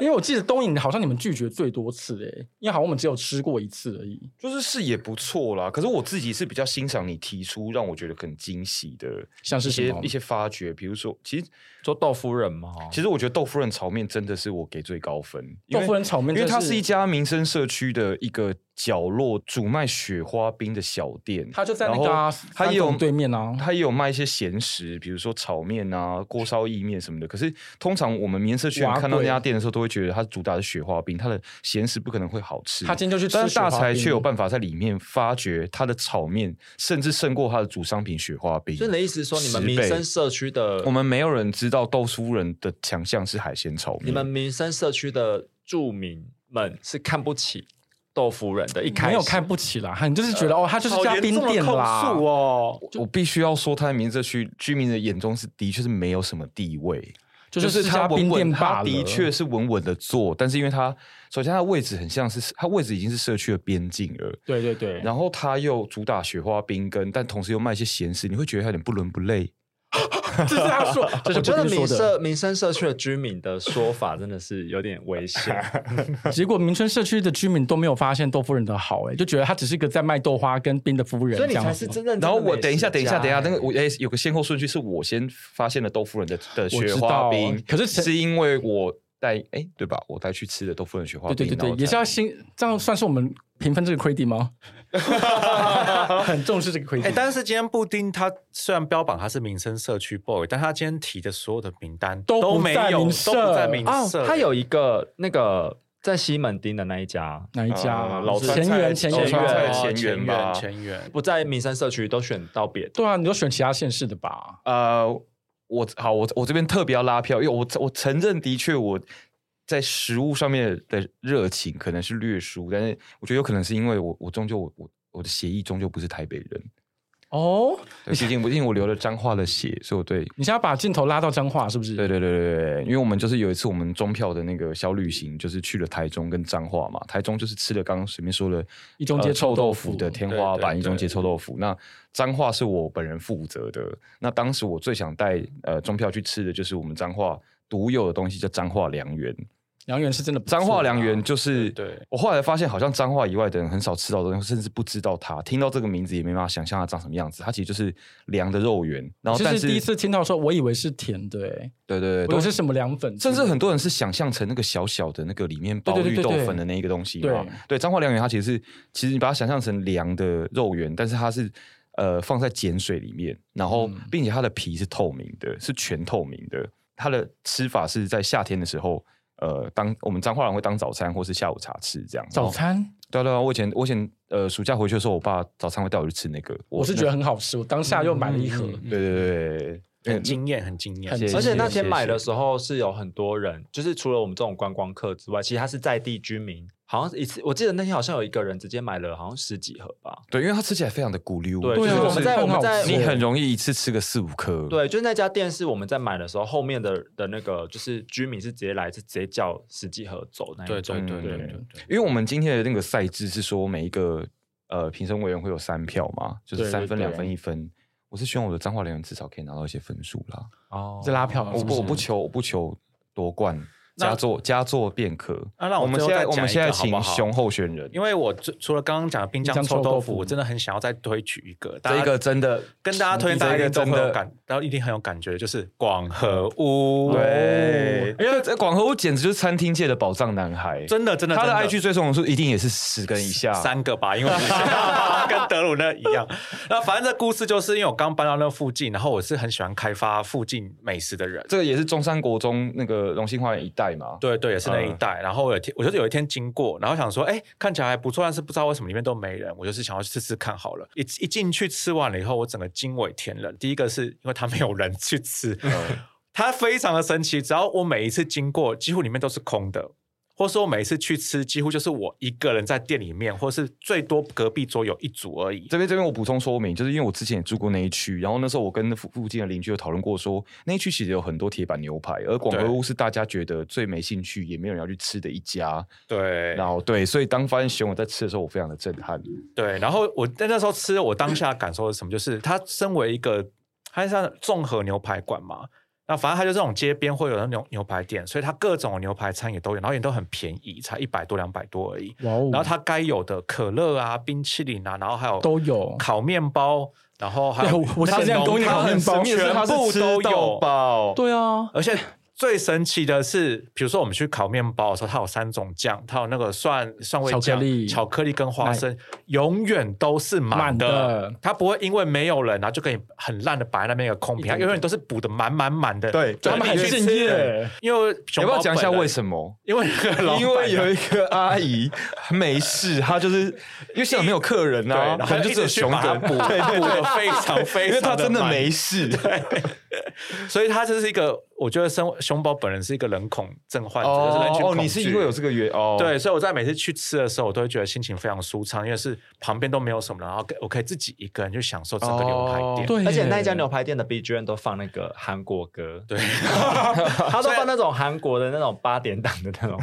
Speaker 3: 因为我记得东影好像你们拒绝最多次诶、因为好像我们只有吃过一次而已。
Speaker 4: 就是是也不错啦。可是我自己是比较欣赏你提出让我觉得很惊喜的，
Speaker 3: 像是
Speaker 4: 一
Speaker 3: 什
Speaker 4: 些
Speaker 3: 么
Speaker 4: 一些发掘，比如说，其实
Speaker 1: 做豆夫人吗？
Speaker 4: 其实我觉得豆夫人炒面真的是我给最高分，因
Speaker 3: 豆
Speaker 4: 为
Speaker 3: 腐人炒面
Speaker 4: 因
Speaker 3: 真
Speaker 4: 为
Speaker 3: 的，
Speaker 4: 它是一家民生社区的一个角落，主卖雪花冰的小店，
Speaker 3: 他就在那个、
Speaker 4: 然
Speaker 3: 啊
Speaker 4: 后，它也有
Speaker 3: 三重对面啊，
Speaker 4: 它也有卖一些咸食，比如说炒面啊、锅烧意面什么的。可是通常我们民生社区人
Speaker 3: 瓦
Speaker 4: 看到那
Speaker 3: 粿
Speaker 4: 家店的时候，都会觉得它主打的雪花冰，它的咸食不可能会好吃。
Speaker 3: 他今天就去吃
Speaker 4: 但是大
Speaker 3: 雪花
Speaker 4: 才却有
Speaker 3: 冰
Speaker 4: 办法在里面发掘它的炒面，甚至胜过它的主商品雪花冰。
Speaker 1: 所以你的意思是说，你们
Speaker 4: 十倍
Speaker 1: 民生社区的
Speaker 4: 我，们没有人知道豆叔人的强项是海鲜炒面。
Speaker 1: 你们民生社区的住民们是看不起豆夫人的，一开始
Speaker 3: 没有看不起啦，你就是觉 得、哦，他就是
Speaker 2: 好
Speaker 3: 家
Speaker 2: 严
Speaker 3: 冰
Speaker 2: 重的
Speaker 3: 店
Speaker 2: 控
Speaker 3: 啦。
Speaker 2: 诉哦，
Speaker 4: 我必须要说，他在民社区居民的眼中是的确是没有什么地位，
Speaker 3: 就
Speaker 4: 就是是
Speaker 3: 是
Speaker 4: 他
Speaker 3: 家
Speaker 4: 稳
Speaker 3: 冰
Speaker 4: 稳，
Speaker 3: 店
Speaker 4: 他
Speaker 3: 罢了。
Speaker 4: 的确是稳稳的做，但是因为他首先他的位置很像是他位置已经是社区的边境了，
Speaker 3: 对对对，
Speaker 4: 然后他又主打雪花冰羹，但同时又卖一些咸食，你会觉得他有点不伦不类。
Speaker 3: 这是他 说，这是
Speaker 1: 我觉得
Speaker 3: 布丁
Speaker 1: 民
Speaker 3: 说的。
Speaker 1: 社民生社区的居民的说法真的是有点 危险。
Speaker 3: 结果民村社区的居民都没有发现豆夫人的好、欸，哎，就觉得他只是一个在卖豆花跟冰的夫人，
Speaker 1: 所以
Speaker 3: 这
Speaker 1: 你
Speaker 3: 样
Speaker 1: 才
Speaker 3: 子
Speaker 1: 是真正。
Speaker 4: 然后我等一下，等一下，等一下，那
Speaker 1: 那
Speaker 4: 个我哎、有个先后顺序，是我先发现了豆夫人的的
Speaker 3: 我知
Speaker 4: 雪
Speaker 3: 道
Speaker 4: 花冰，
Speaker 3: 可是
Speaker 4: 是因为我带哎、对吧？我带去吃的豆夫人雪花
Speaker 3: 对对
Speaker 4: 冰，
Speaker 3: 对
Speaker 4: 然
Speaker 3: 对
Speaker 4: 后，
Speaker 3: 也是
Speaker 4: 才
Speaker 3: 要新，这样算是我们评分这个 credit 吗？ 很重视这个 credit，、
Speaker 2: 哎、但是今天布丁他虽然标榜他是民生社区 boy，但他今天提的所有的名单
Speaker 3: 都不
Speaker 2: 没
Speaker 3: 在
Speaker 2: 有，都
Speaker 3: 民
Speaker 2: 不
Speaker 3: 社
Speaker 2: 在民
Speaker 1: 哦
Speaker 2: 社，，
Speaker 1: 他有一个那个在西门町的那一家，
Speaker 3: 哪一家、啊
Speaker 4: 呃老
Speaker 3: 前
Speaker 4: 川
Speaker 3: 缘
Speaker 4: 菜
Speaker 3: 前
Speaker 4: 老
Speaker 3: 缘
Speaker 4: 川菜
Speaker 3: 哦
Speaker 4: 前
Speaker 2: 前
Speaker 4: 缘吧
Speaker 2: 前缘。
Speaker 1: 不在民生社区都选到别的。
Speaker 3: 对啊，你就选其他县市的吧。
Speaker 4: 呃，我好，我我这边特别要拉票，因为我我承认的确我在食物上面的热情可能是略输，但是我觉得有可能是因为我我终究我我我的血裔终究不是台北人，
Speaker 3: 哦，
Speaker 4: 对毕竟毕竟我流了彰化的血，所以我对。
Speaker 3: 你现在把镜头拉到彰化是不是？
Speaker 4: 对对对对对，因为我们就是有一次我们中票的那个小旅行，就是去了台中跟彰化嘛。台中就是吃了刚刚随便说了
Speaker 3: 一中街
Speaker 4: 呃
Speaker 3: 臭豆
Speaker 4: 臭豆
Speaker 3: 腐
Speaker 4: 腐的天花
Speaker 2: 对对
Speaker 4: 板，
Speaker 2: 对
Speaker 4: 一中街臭豆腐。那彰化是我本人负责的。那当时我最想带呃中票去吃的就是我们彰化独有的东西，叫彰化良缘。
Speaker 3: 良园是真的不错啊，
Speaker 4: 彰化良缘就是，
Speaker 2: 对对
Speaker 4: 我后来发现好像彰化以外的人很少吃到的东西，甚至不知道它，听到这个名字也没办法想象它长什么样子。它其实就是凉的肉圆，然后
Speaker 3: 其
Speaker 4: 但
Speaker 3: 实
Speaker 4: 是
Speaker 3: 第一次听到说，我以为是甜的、欸，
Speaker 4: 对对对，
Speaker 3: 我以
Speaker 4: 都
Speaker 3: 为是什么凉粉之
Speaker 4: 甚
Speaker 3: 类的，
Speaker 4: 至很多人是想象成那个小小的那个里面包
Speaker 3: 对对
Speaker 4: 绿
Speaker 3: 对对
Speaker 4: 豆
Speaker 3: 对
Speaker 4: 粉的那一个东西
Speaker 3: 对
Speaker 4: 嘛。对，彰化凉圆它其实是，其实你把它想象成凉的肉圆，但是它是呃放在碱水里面，然后
Speaker 3: 嗯
Speaker 4: 并且它的皮是透明的，是全透明的。它的吃法是在夏天的时候，呃，当我们彰化人会当早餐或是下午茶吃这样。
Speaker 3: 早餐，
Speaker 4: 然后？对啊对啊，我以前我以前呃暑假回去的时候，我爸早餐会带我去吃那个。
Speaker 3: 我是觉得很好吃，我当下又买了一盒。
Speaker 2: 嗯嗯
Speaker 4: 那，对对对对对，
Speaker 2: 很惊艳，很惊艳，
Speaker 3: 很谢谢
Speaker 1: 而且那
Speaker 4: 谢
Speaker 1: 天
Speaker 4: 谢
Speaker 1: 买的时候是有很多人，就是除了我们这种观光客之外，其实他是在地居民。好像一次，我记得那天好像有一个人直接买了好像十几盒吧。
Speaker 4: 对，因为它吃起来非常的咕溜。
Speaker 1: 对，
Speaker 3: 对啊
Speaker 1: 就是我们在我们在
Speaker 3: 很好
Speaker 4: 你
Speaker 3: 吃
Speaker 4: 很容易一次吃个四五颗。
Speaker 1: 对，就是那家店是我们在买的时候，后面的的那个就是居民是直接来，是直接叫十几盒走那一
Speaker 2: 对
Speaker 1: 种。
Speaker 2: 对对对对
Speaker 4: 嗯
Speaker 2: 对。
Speaker 4: 因为我们今天的那个赛制是说，每一个呃评审委员会有三票嘛，就是
Speaker 3: 对
Speaker 4: 三分、
Speaker 3: 对
Speaker 4: 两分、一分。我是希望我的彰化人员至少可以拿到一些分数啦。
Speaker 1: 哦
Speaker 3: 这拉票了
Speaker 4: 我
Speaker 3: 是
Speaker 4: 不
Speaker 3: 是
Speaker 4: 我不求我不求夺冠，
Speaker 2: 那
Speaker 4: 佳作佳作便可。
Speaker 2: 啊那我
Speaker 4: 我们
Speaker 2: 最后
Speaker 4: 现在
Speaker 2: 再
Speaker 4: 我
Speaker 2: 讲
Speaker 4: 们
Speaker 2: 一
Speaker 4: 现在
Speaker 2: 个好不
Speaker 4: 请
Speaker 2: 好
Speaker 4: 熊候选人，
Speaker 2: 因为我最除了刚刚讲的滨
Speaker 3: 滨
Speaker 2: 江
Speaker 3: 江
Speaker 2: 臭
Speaker 3: 臭豆
Speaker 2: 豆
Speaker 3: 腐
Speaker 2: 腐，我真的很想要再推举一个，大
Speaker 4: 这
Speaker 2: 家
Speaker 4: 一个真的
Speaker 2: 跟大家推荐，大家一定
Speaker 4: 这个
Speaker 2: 都
Speaker 4: 真
Speaker 2: 会有
Speaker 4: 的
Speaker 2: 感，然后一定很有感觉，就是广和屋，
Speaker 4: 对
Speaker 2: 哦，
Speaker 4: 因为这广和我简直就是餐厅界的宝藏男孩，
Speaker 2: 真的真的，
Speaker 4: 他的
Speaker 2: 真
Speaker 4: IG 追踪人数一定也是十根以下。
Speaker 2: 三个吧，因为我们 跟德鲁那一样。那反正这故事就是因为我刚搬到那附近，然后我是很喜欢开发附近美食的人。
Speaker 4: 这个也是中山国中那个荣兴花园一带嘛。
Speaker 2: 对对，也是那一
Speaker 4: 嗯
Speaker 2: 带。然后我有一天，我就是有一天经过，然后想说，哎，看起来还不错，但是不知道为什么里面都没人，我就是想要去吃吃看好了。一一进去吃完了以后，我整个惊为天人。第一个是因为它没有人去吃，
Speaker 4: 嗯
Speaker 2: 它非常的神奇。只要我每一次经过，几乎里面都是空的。或是我每一次去吃，几乎就是我一个人在店里面，或是最多隔壁桌有一组而已。
Speaker 4: 这边这边我补充说明，就是因为我之前也住过那一区，然后那时候我跟附附近的邻居有讨论过说那一区其实有很多铁板牛排，而广和屋是大家觉得最没兴趣，也没有人要去吃的一家。
Speaker 2: 对，
Speaker 4: 然后对，所以当发现熊我在吃的时候，我非常的震撼。
Speaker 2: 对，然后我在那时候吃，我当下感受是什么？就是它身为一个，它是像综合牛排馆嘛，那反正它就这种街边会有的牛牛排店，所以它各种牛排餐也都有，然后也都很便宜，才一百多两百多而已。
Speaker 3: 哇哦，
Speaker 2: 然后它该有的可乐啊、冰淇淋啊，然后还有
Speaker 3: 都有
Speaker 2: 烤面包，然后还有
Speaker 3: 对我我是这样供应烤面包
Speaker 2: 全部都有。
Speaker 1: 吧？
Speaker 3: 对啊，
Speaker 2: 而且最神奇的是，比如说我们去烤面包的时候，它有三种酱，它有那个蒜蒜味
Speaker 3: 巧
Speaker 2: 酱
Speaker 3: 克力、
Speaker 2: 巧克力跟花生，永远都是满的。
Speaker 3: 满的
Speaker 2: 它不会因为没有人，然后就给你很烂的摆在那边一个空瓶，它啊永远都是补的满满满的。
Speaker 1: 对
Speaker 2: 就
Speaker 3: 他们
Speaker 2: 你
Speaker 3: 很
Speaker 2: 去
Speaker 3: 敬
Speaker 2: 吃
Speaker 3: 业。
Speaker 2: 因为
Speaker 4: 要
Speaker 2: 熊
Speaker 4: 不
Speaker 2: 猫
Speaker 4: 要讲一下
Speaker 2: 本人
Speaker 4: 为什么？
Speaker 2: 因为那个老板
Speaker 4: 因为
Speaker 2: 啊
Speaker 4: 有一个阿姨没事，她就是因为现场没有客人
Speaker 2: 对，
Speaker 4: 啊，
Speaker 2: 然
Speaker 4: 可
Speaker 2: 后
Speaker 4: 能就只有熊
Speaker 2: 一直去把它
Speaker 4: 梗，
Speaker 2: 补 补的非常非常，
Speaker 4: 因为她真的没，事。
Speaker 2: 所以他就是一个，我觉得生熊宝本人是一个人恐症患者，就是人群
Speaker 4: 哦，
Speaker 2: 恐
Speaker 4: 你是
Speaker 2: 惧
Speaker 4: 因为有这个原哦，
Speaker 2: 对，所以我在每次去吃的时候，我都会觉得心情非常舒畅，因为是旁边都没有什么人，然后可我可以自己一个人去享受整个牛排店。
Speaker 4: 哦
Speaker 3: 对，
Speaker 1: 而且那一家牛排店的 B G M 都放那个韩国歌，
Speaker 2: 对
Speaker 1: 他都放那种韩国的那种八点档的那种，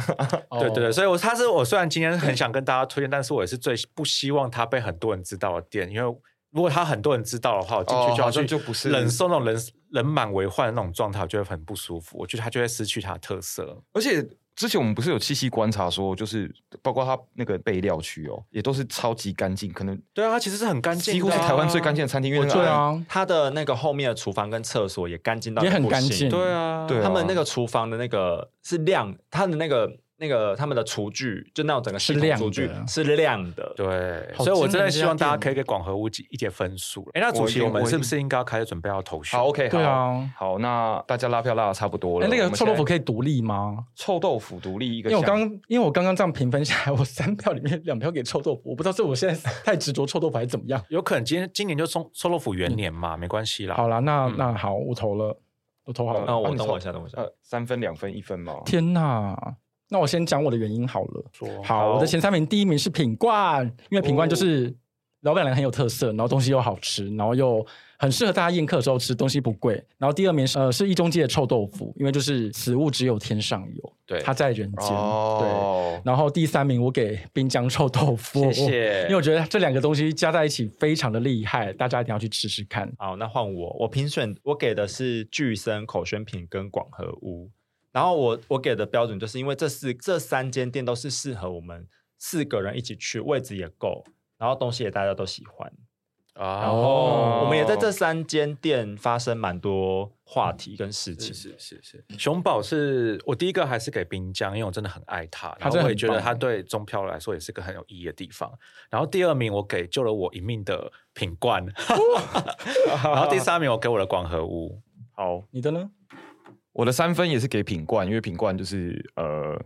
Speaker 3: 哦，
Speaker 2: 对对对，所以我他是我虽然今天很想跟大家推荐，但是我也是最不希望他被很多人知道的店，因为如果他很多人知道的话，我进
Speaker 4: 哦
Speaker 2: 去就要
Speaker 4: 好像
Speaker 2: 去
Speaker 4: 就不是
Speaker 2: 忍受那种人人满为患的那种状态，我觉得很不舒服，我觉得他就会失去他的特色。
Speaker 4: 而且之前我们不是有细细观察说，就是包括它那个备料区哦，也都是超级干净，可能
Speaker 2: 对啊，它其实是很干净的啊，
Speaker 4: 几乎是台湾最干净的餐厅。因为那个
Speaker 3: 对
Speaker 4: 阿姨，
Speaker 3: 啊，
Speaker 1: 他的那个后面的厨房跟厕所也干净到
Speaker 3: 也很
Speaker 1: 不
Speaker 3: 干
Speaker 1: 行
Speaker 3: 净
Speaker 2: 对啊，
Speaker 4: 对啊
Speaker 1: 他们那个厨房的那个是亮，他的那个那个他们的厨具，就那种整个系
Speaker 3: 是
Speaker 1: 统
Speaker 3: 亮的
Speaker 1: 厨具是亮的。
Speaker 2: 对，
Speaker 3: 好
Speaker 2: 所以我
Speaker 3: 惊
Speaker 2: 真的
Speaker 3: 人的
Speaker 2: 希
Speaker 3: 家
Speaker 2: 望大家
Speaker 3: 店
Speaker 2: 可以给广和屋一一点分数。哎，那主
Speaker 4: 我
Speaker 2: 席，
Speaker 4: 有
Speaker 2: 我们
Speaker 4: 我
Speaker 2: 是不
Speaker 4: 有
Speaker 2: 是应该要开始准备要投选？
Speaker 4: 好 OK，好
Speaker 3: 对啊
Speaker 4: 好，那大家拉票拉的差不多了。
Speaker 3: 哎，那
Speaker 4: 我
Speaker 3: 个
Speaker 4: 们
Speaker 3: 臭豆腐
Speaker 4: 现在
Speaker 3: 可以独立吗？
Speaker 4: 臭豆腐独立一
Speaker 3: 因
Speaker 4: 个
Speaker 3: 为
Speaker 4: 项
Speaker 3: 我
Speaker 4: 目，
Speaker 3: 刚因为我刚刚这样评分下来，我三票里面两票给臭豆腐，我不知道是我现在太执着臭豆腐还是怎么样。
Speaker 2: 有可能今天今年就送臭豆腐元年嘛，没关系啦。
Speaker 3: 嗯好啦，那
Speaker 2: 嗯
Speaker 3: 那好，我投了，我投好了。
Speaker 1: 那
Speaker 4: 帮
Speaker 1: 我
Speaker 4: 你
Speaker 1: 等我一
Speaker 4: 抽
Speaker 1: 下，等我一下。
Speaker 4: 呃三分两分一分嘛。
Speaker 3: 天呐！那我先讲我的原因好了。
Speaker 2: 说
Speaker 3: 好，我的前三名第一名是品冠，因为品冠就是老板娘很有特色，然后东西又好吃，然后又很适合大家宴客的时候吃，东西不贵。然后第二名是呃是一中街的臭豆腐，因为就是此物只有天上有，
Speaker 2: 对
Speaker 3: 它在人间。对。
Speaker 4: 哦，
Speaker 3: 然后第三名我给滨江臭豆腐，
Speaker 2: 谢谢
Speaker 3: 因为我觉得这两个东西加在一起非常的厉害，大家一定要去吃吃看。
Speaker 1: 好，那换我，我评选我给的是巨森、口宣品跟广和屋，然后我我给的标准就是因为这四这三间店都是适合我们四个人一起去，位置也够，然后东西也大家都喜欢，然
Speaker 4: 哦
Speaker 2: 啊，
Speaker 1: 后哦我们也在这三间店发生蛮多话题跟事情。
Speaker 2: 是是是，熊宝是我第一个还是给滨江，因为我真的很爱他，然
Speaker 3: 他真
Speaker 2: 后我也
Speaker 3: 的很
Speaker 2: 觉得
Speaker 3: 棒欸
Speaker 2: 他对中漂来说也是个很有意义的地方。然后第二名我给救了我一命的品 冠，然后第三名我给我的广和屋。
Speaker 1: 好，
Speaker 3: 你的呢？
Speaker 4: 我的三分也是给品冠，因为品冠就是呃，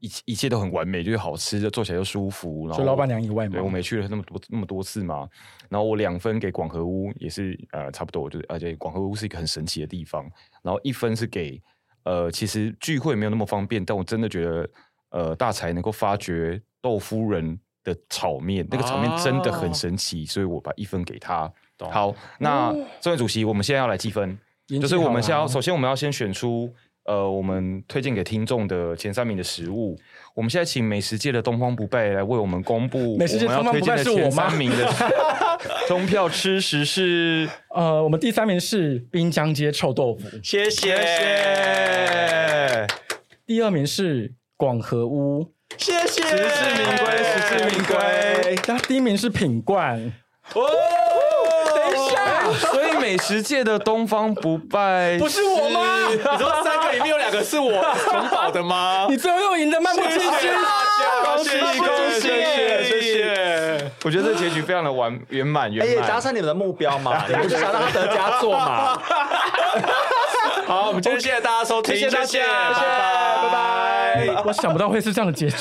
Speaker 4: 一切一切都很完美，就是好吃的，做起来又舒服。然
Speaker 3: 除
Speaker 4: 后
Speaker 3: 了老板娘以外嘛
Speaker 4: 对，我们也去了那么多那么多次嘛。然后我两分给广和屋，也是呃差不多，就是而且广和屋是一个很神奇的地方。然后一分是给呃，其实聚会没有那么方便，但我真的觉得呃，大才能够发掘豆夫人的炒面，那个炒面真的很神奇，所以我把一分给他。
Speaker 2: 懂
Speaker 4: 好，那这位主席，我们现在要来计分。
Speaker 3: 演技
Speaker 4: 就是我们先
Speaker 2: 哦
Speaker 3: 好
Speaker 4: 要，
Speaker 3: 啊
Speaker 4: 首先我们要先选出呃，我们推荐给听众的前三名的食物。我们现在请美食界的东方不败来为我们公布，
Speaker 3: 美食界
Speaker 4: 我们要
Speaker 3: 东方
Speaker 4: 推
Speaker 3: 不
Speaker 4: 荐
Speaker 3: 败
Speaker 4: 的
Speaker 3: 是我
Speaker 4: 前
Speaker 3: 吗
Speaker 4: 三名的 中票吃食是
Speaker 3: 呃，我们第三名是滨江街臭豆腐，
Speaker 2: 谢谢
Speaker 3: 第二名是广和屋，
Speaker 1: 谢谢，实
Speaker 4: 至名归实至名归。
Speaker 3: 那第一名是品冠，
Speaker 4: 等一下，所以美食界的东方不败
Speaker 3: 不是我吗？
Speaker 2: 你说三个里面有两个是我熊宝的
Speaker 4: 哦
Speaker 2: 吗？
Speaker 3: 你最后又赢得漫不经心，
Speaker 2: 恭
Speaker 4: 恭喜恭喜
Speaker 2: 谢谢。
Speaker 4: 我觉得这结局非常的完圆满圆
Speaker 1: 哎，也
Speaker 4: 满。
Speaker 1: 达成你们的目标 嘛，你不是想让他得佳作嘛？
Speaker 2: 好，我们今天谢谢大家收听，
Speaker 1: 谢谢大家
Speaker 2: 谢谢，
Speaker 1: 谢谢拜拜
Speaker 2: 拜拜。
Speaker 3: 我想不到会是这样的结局。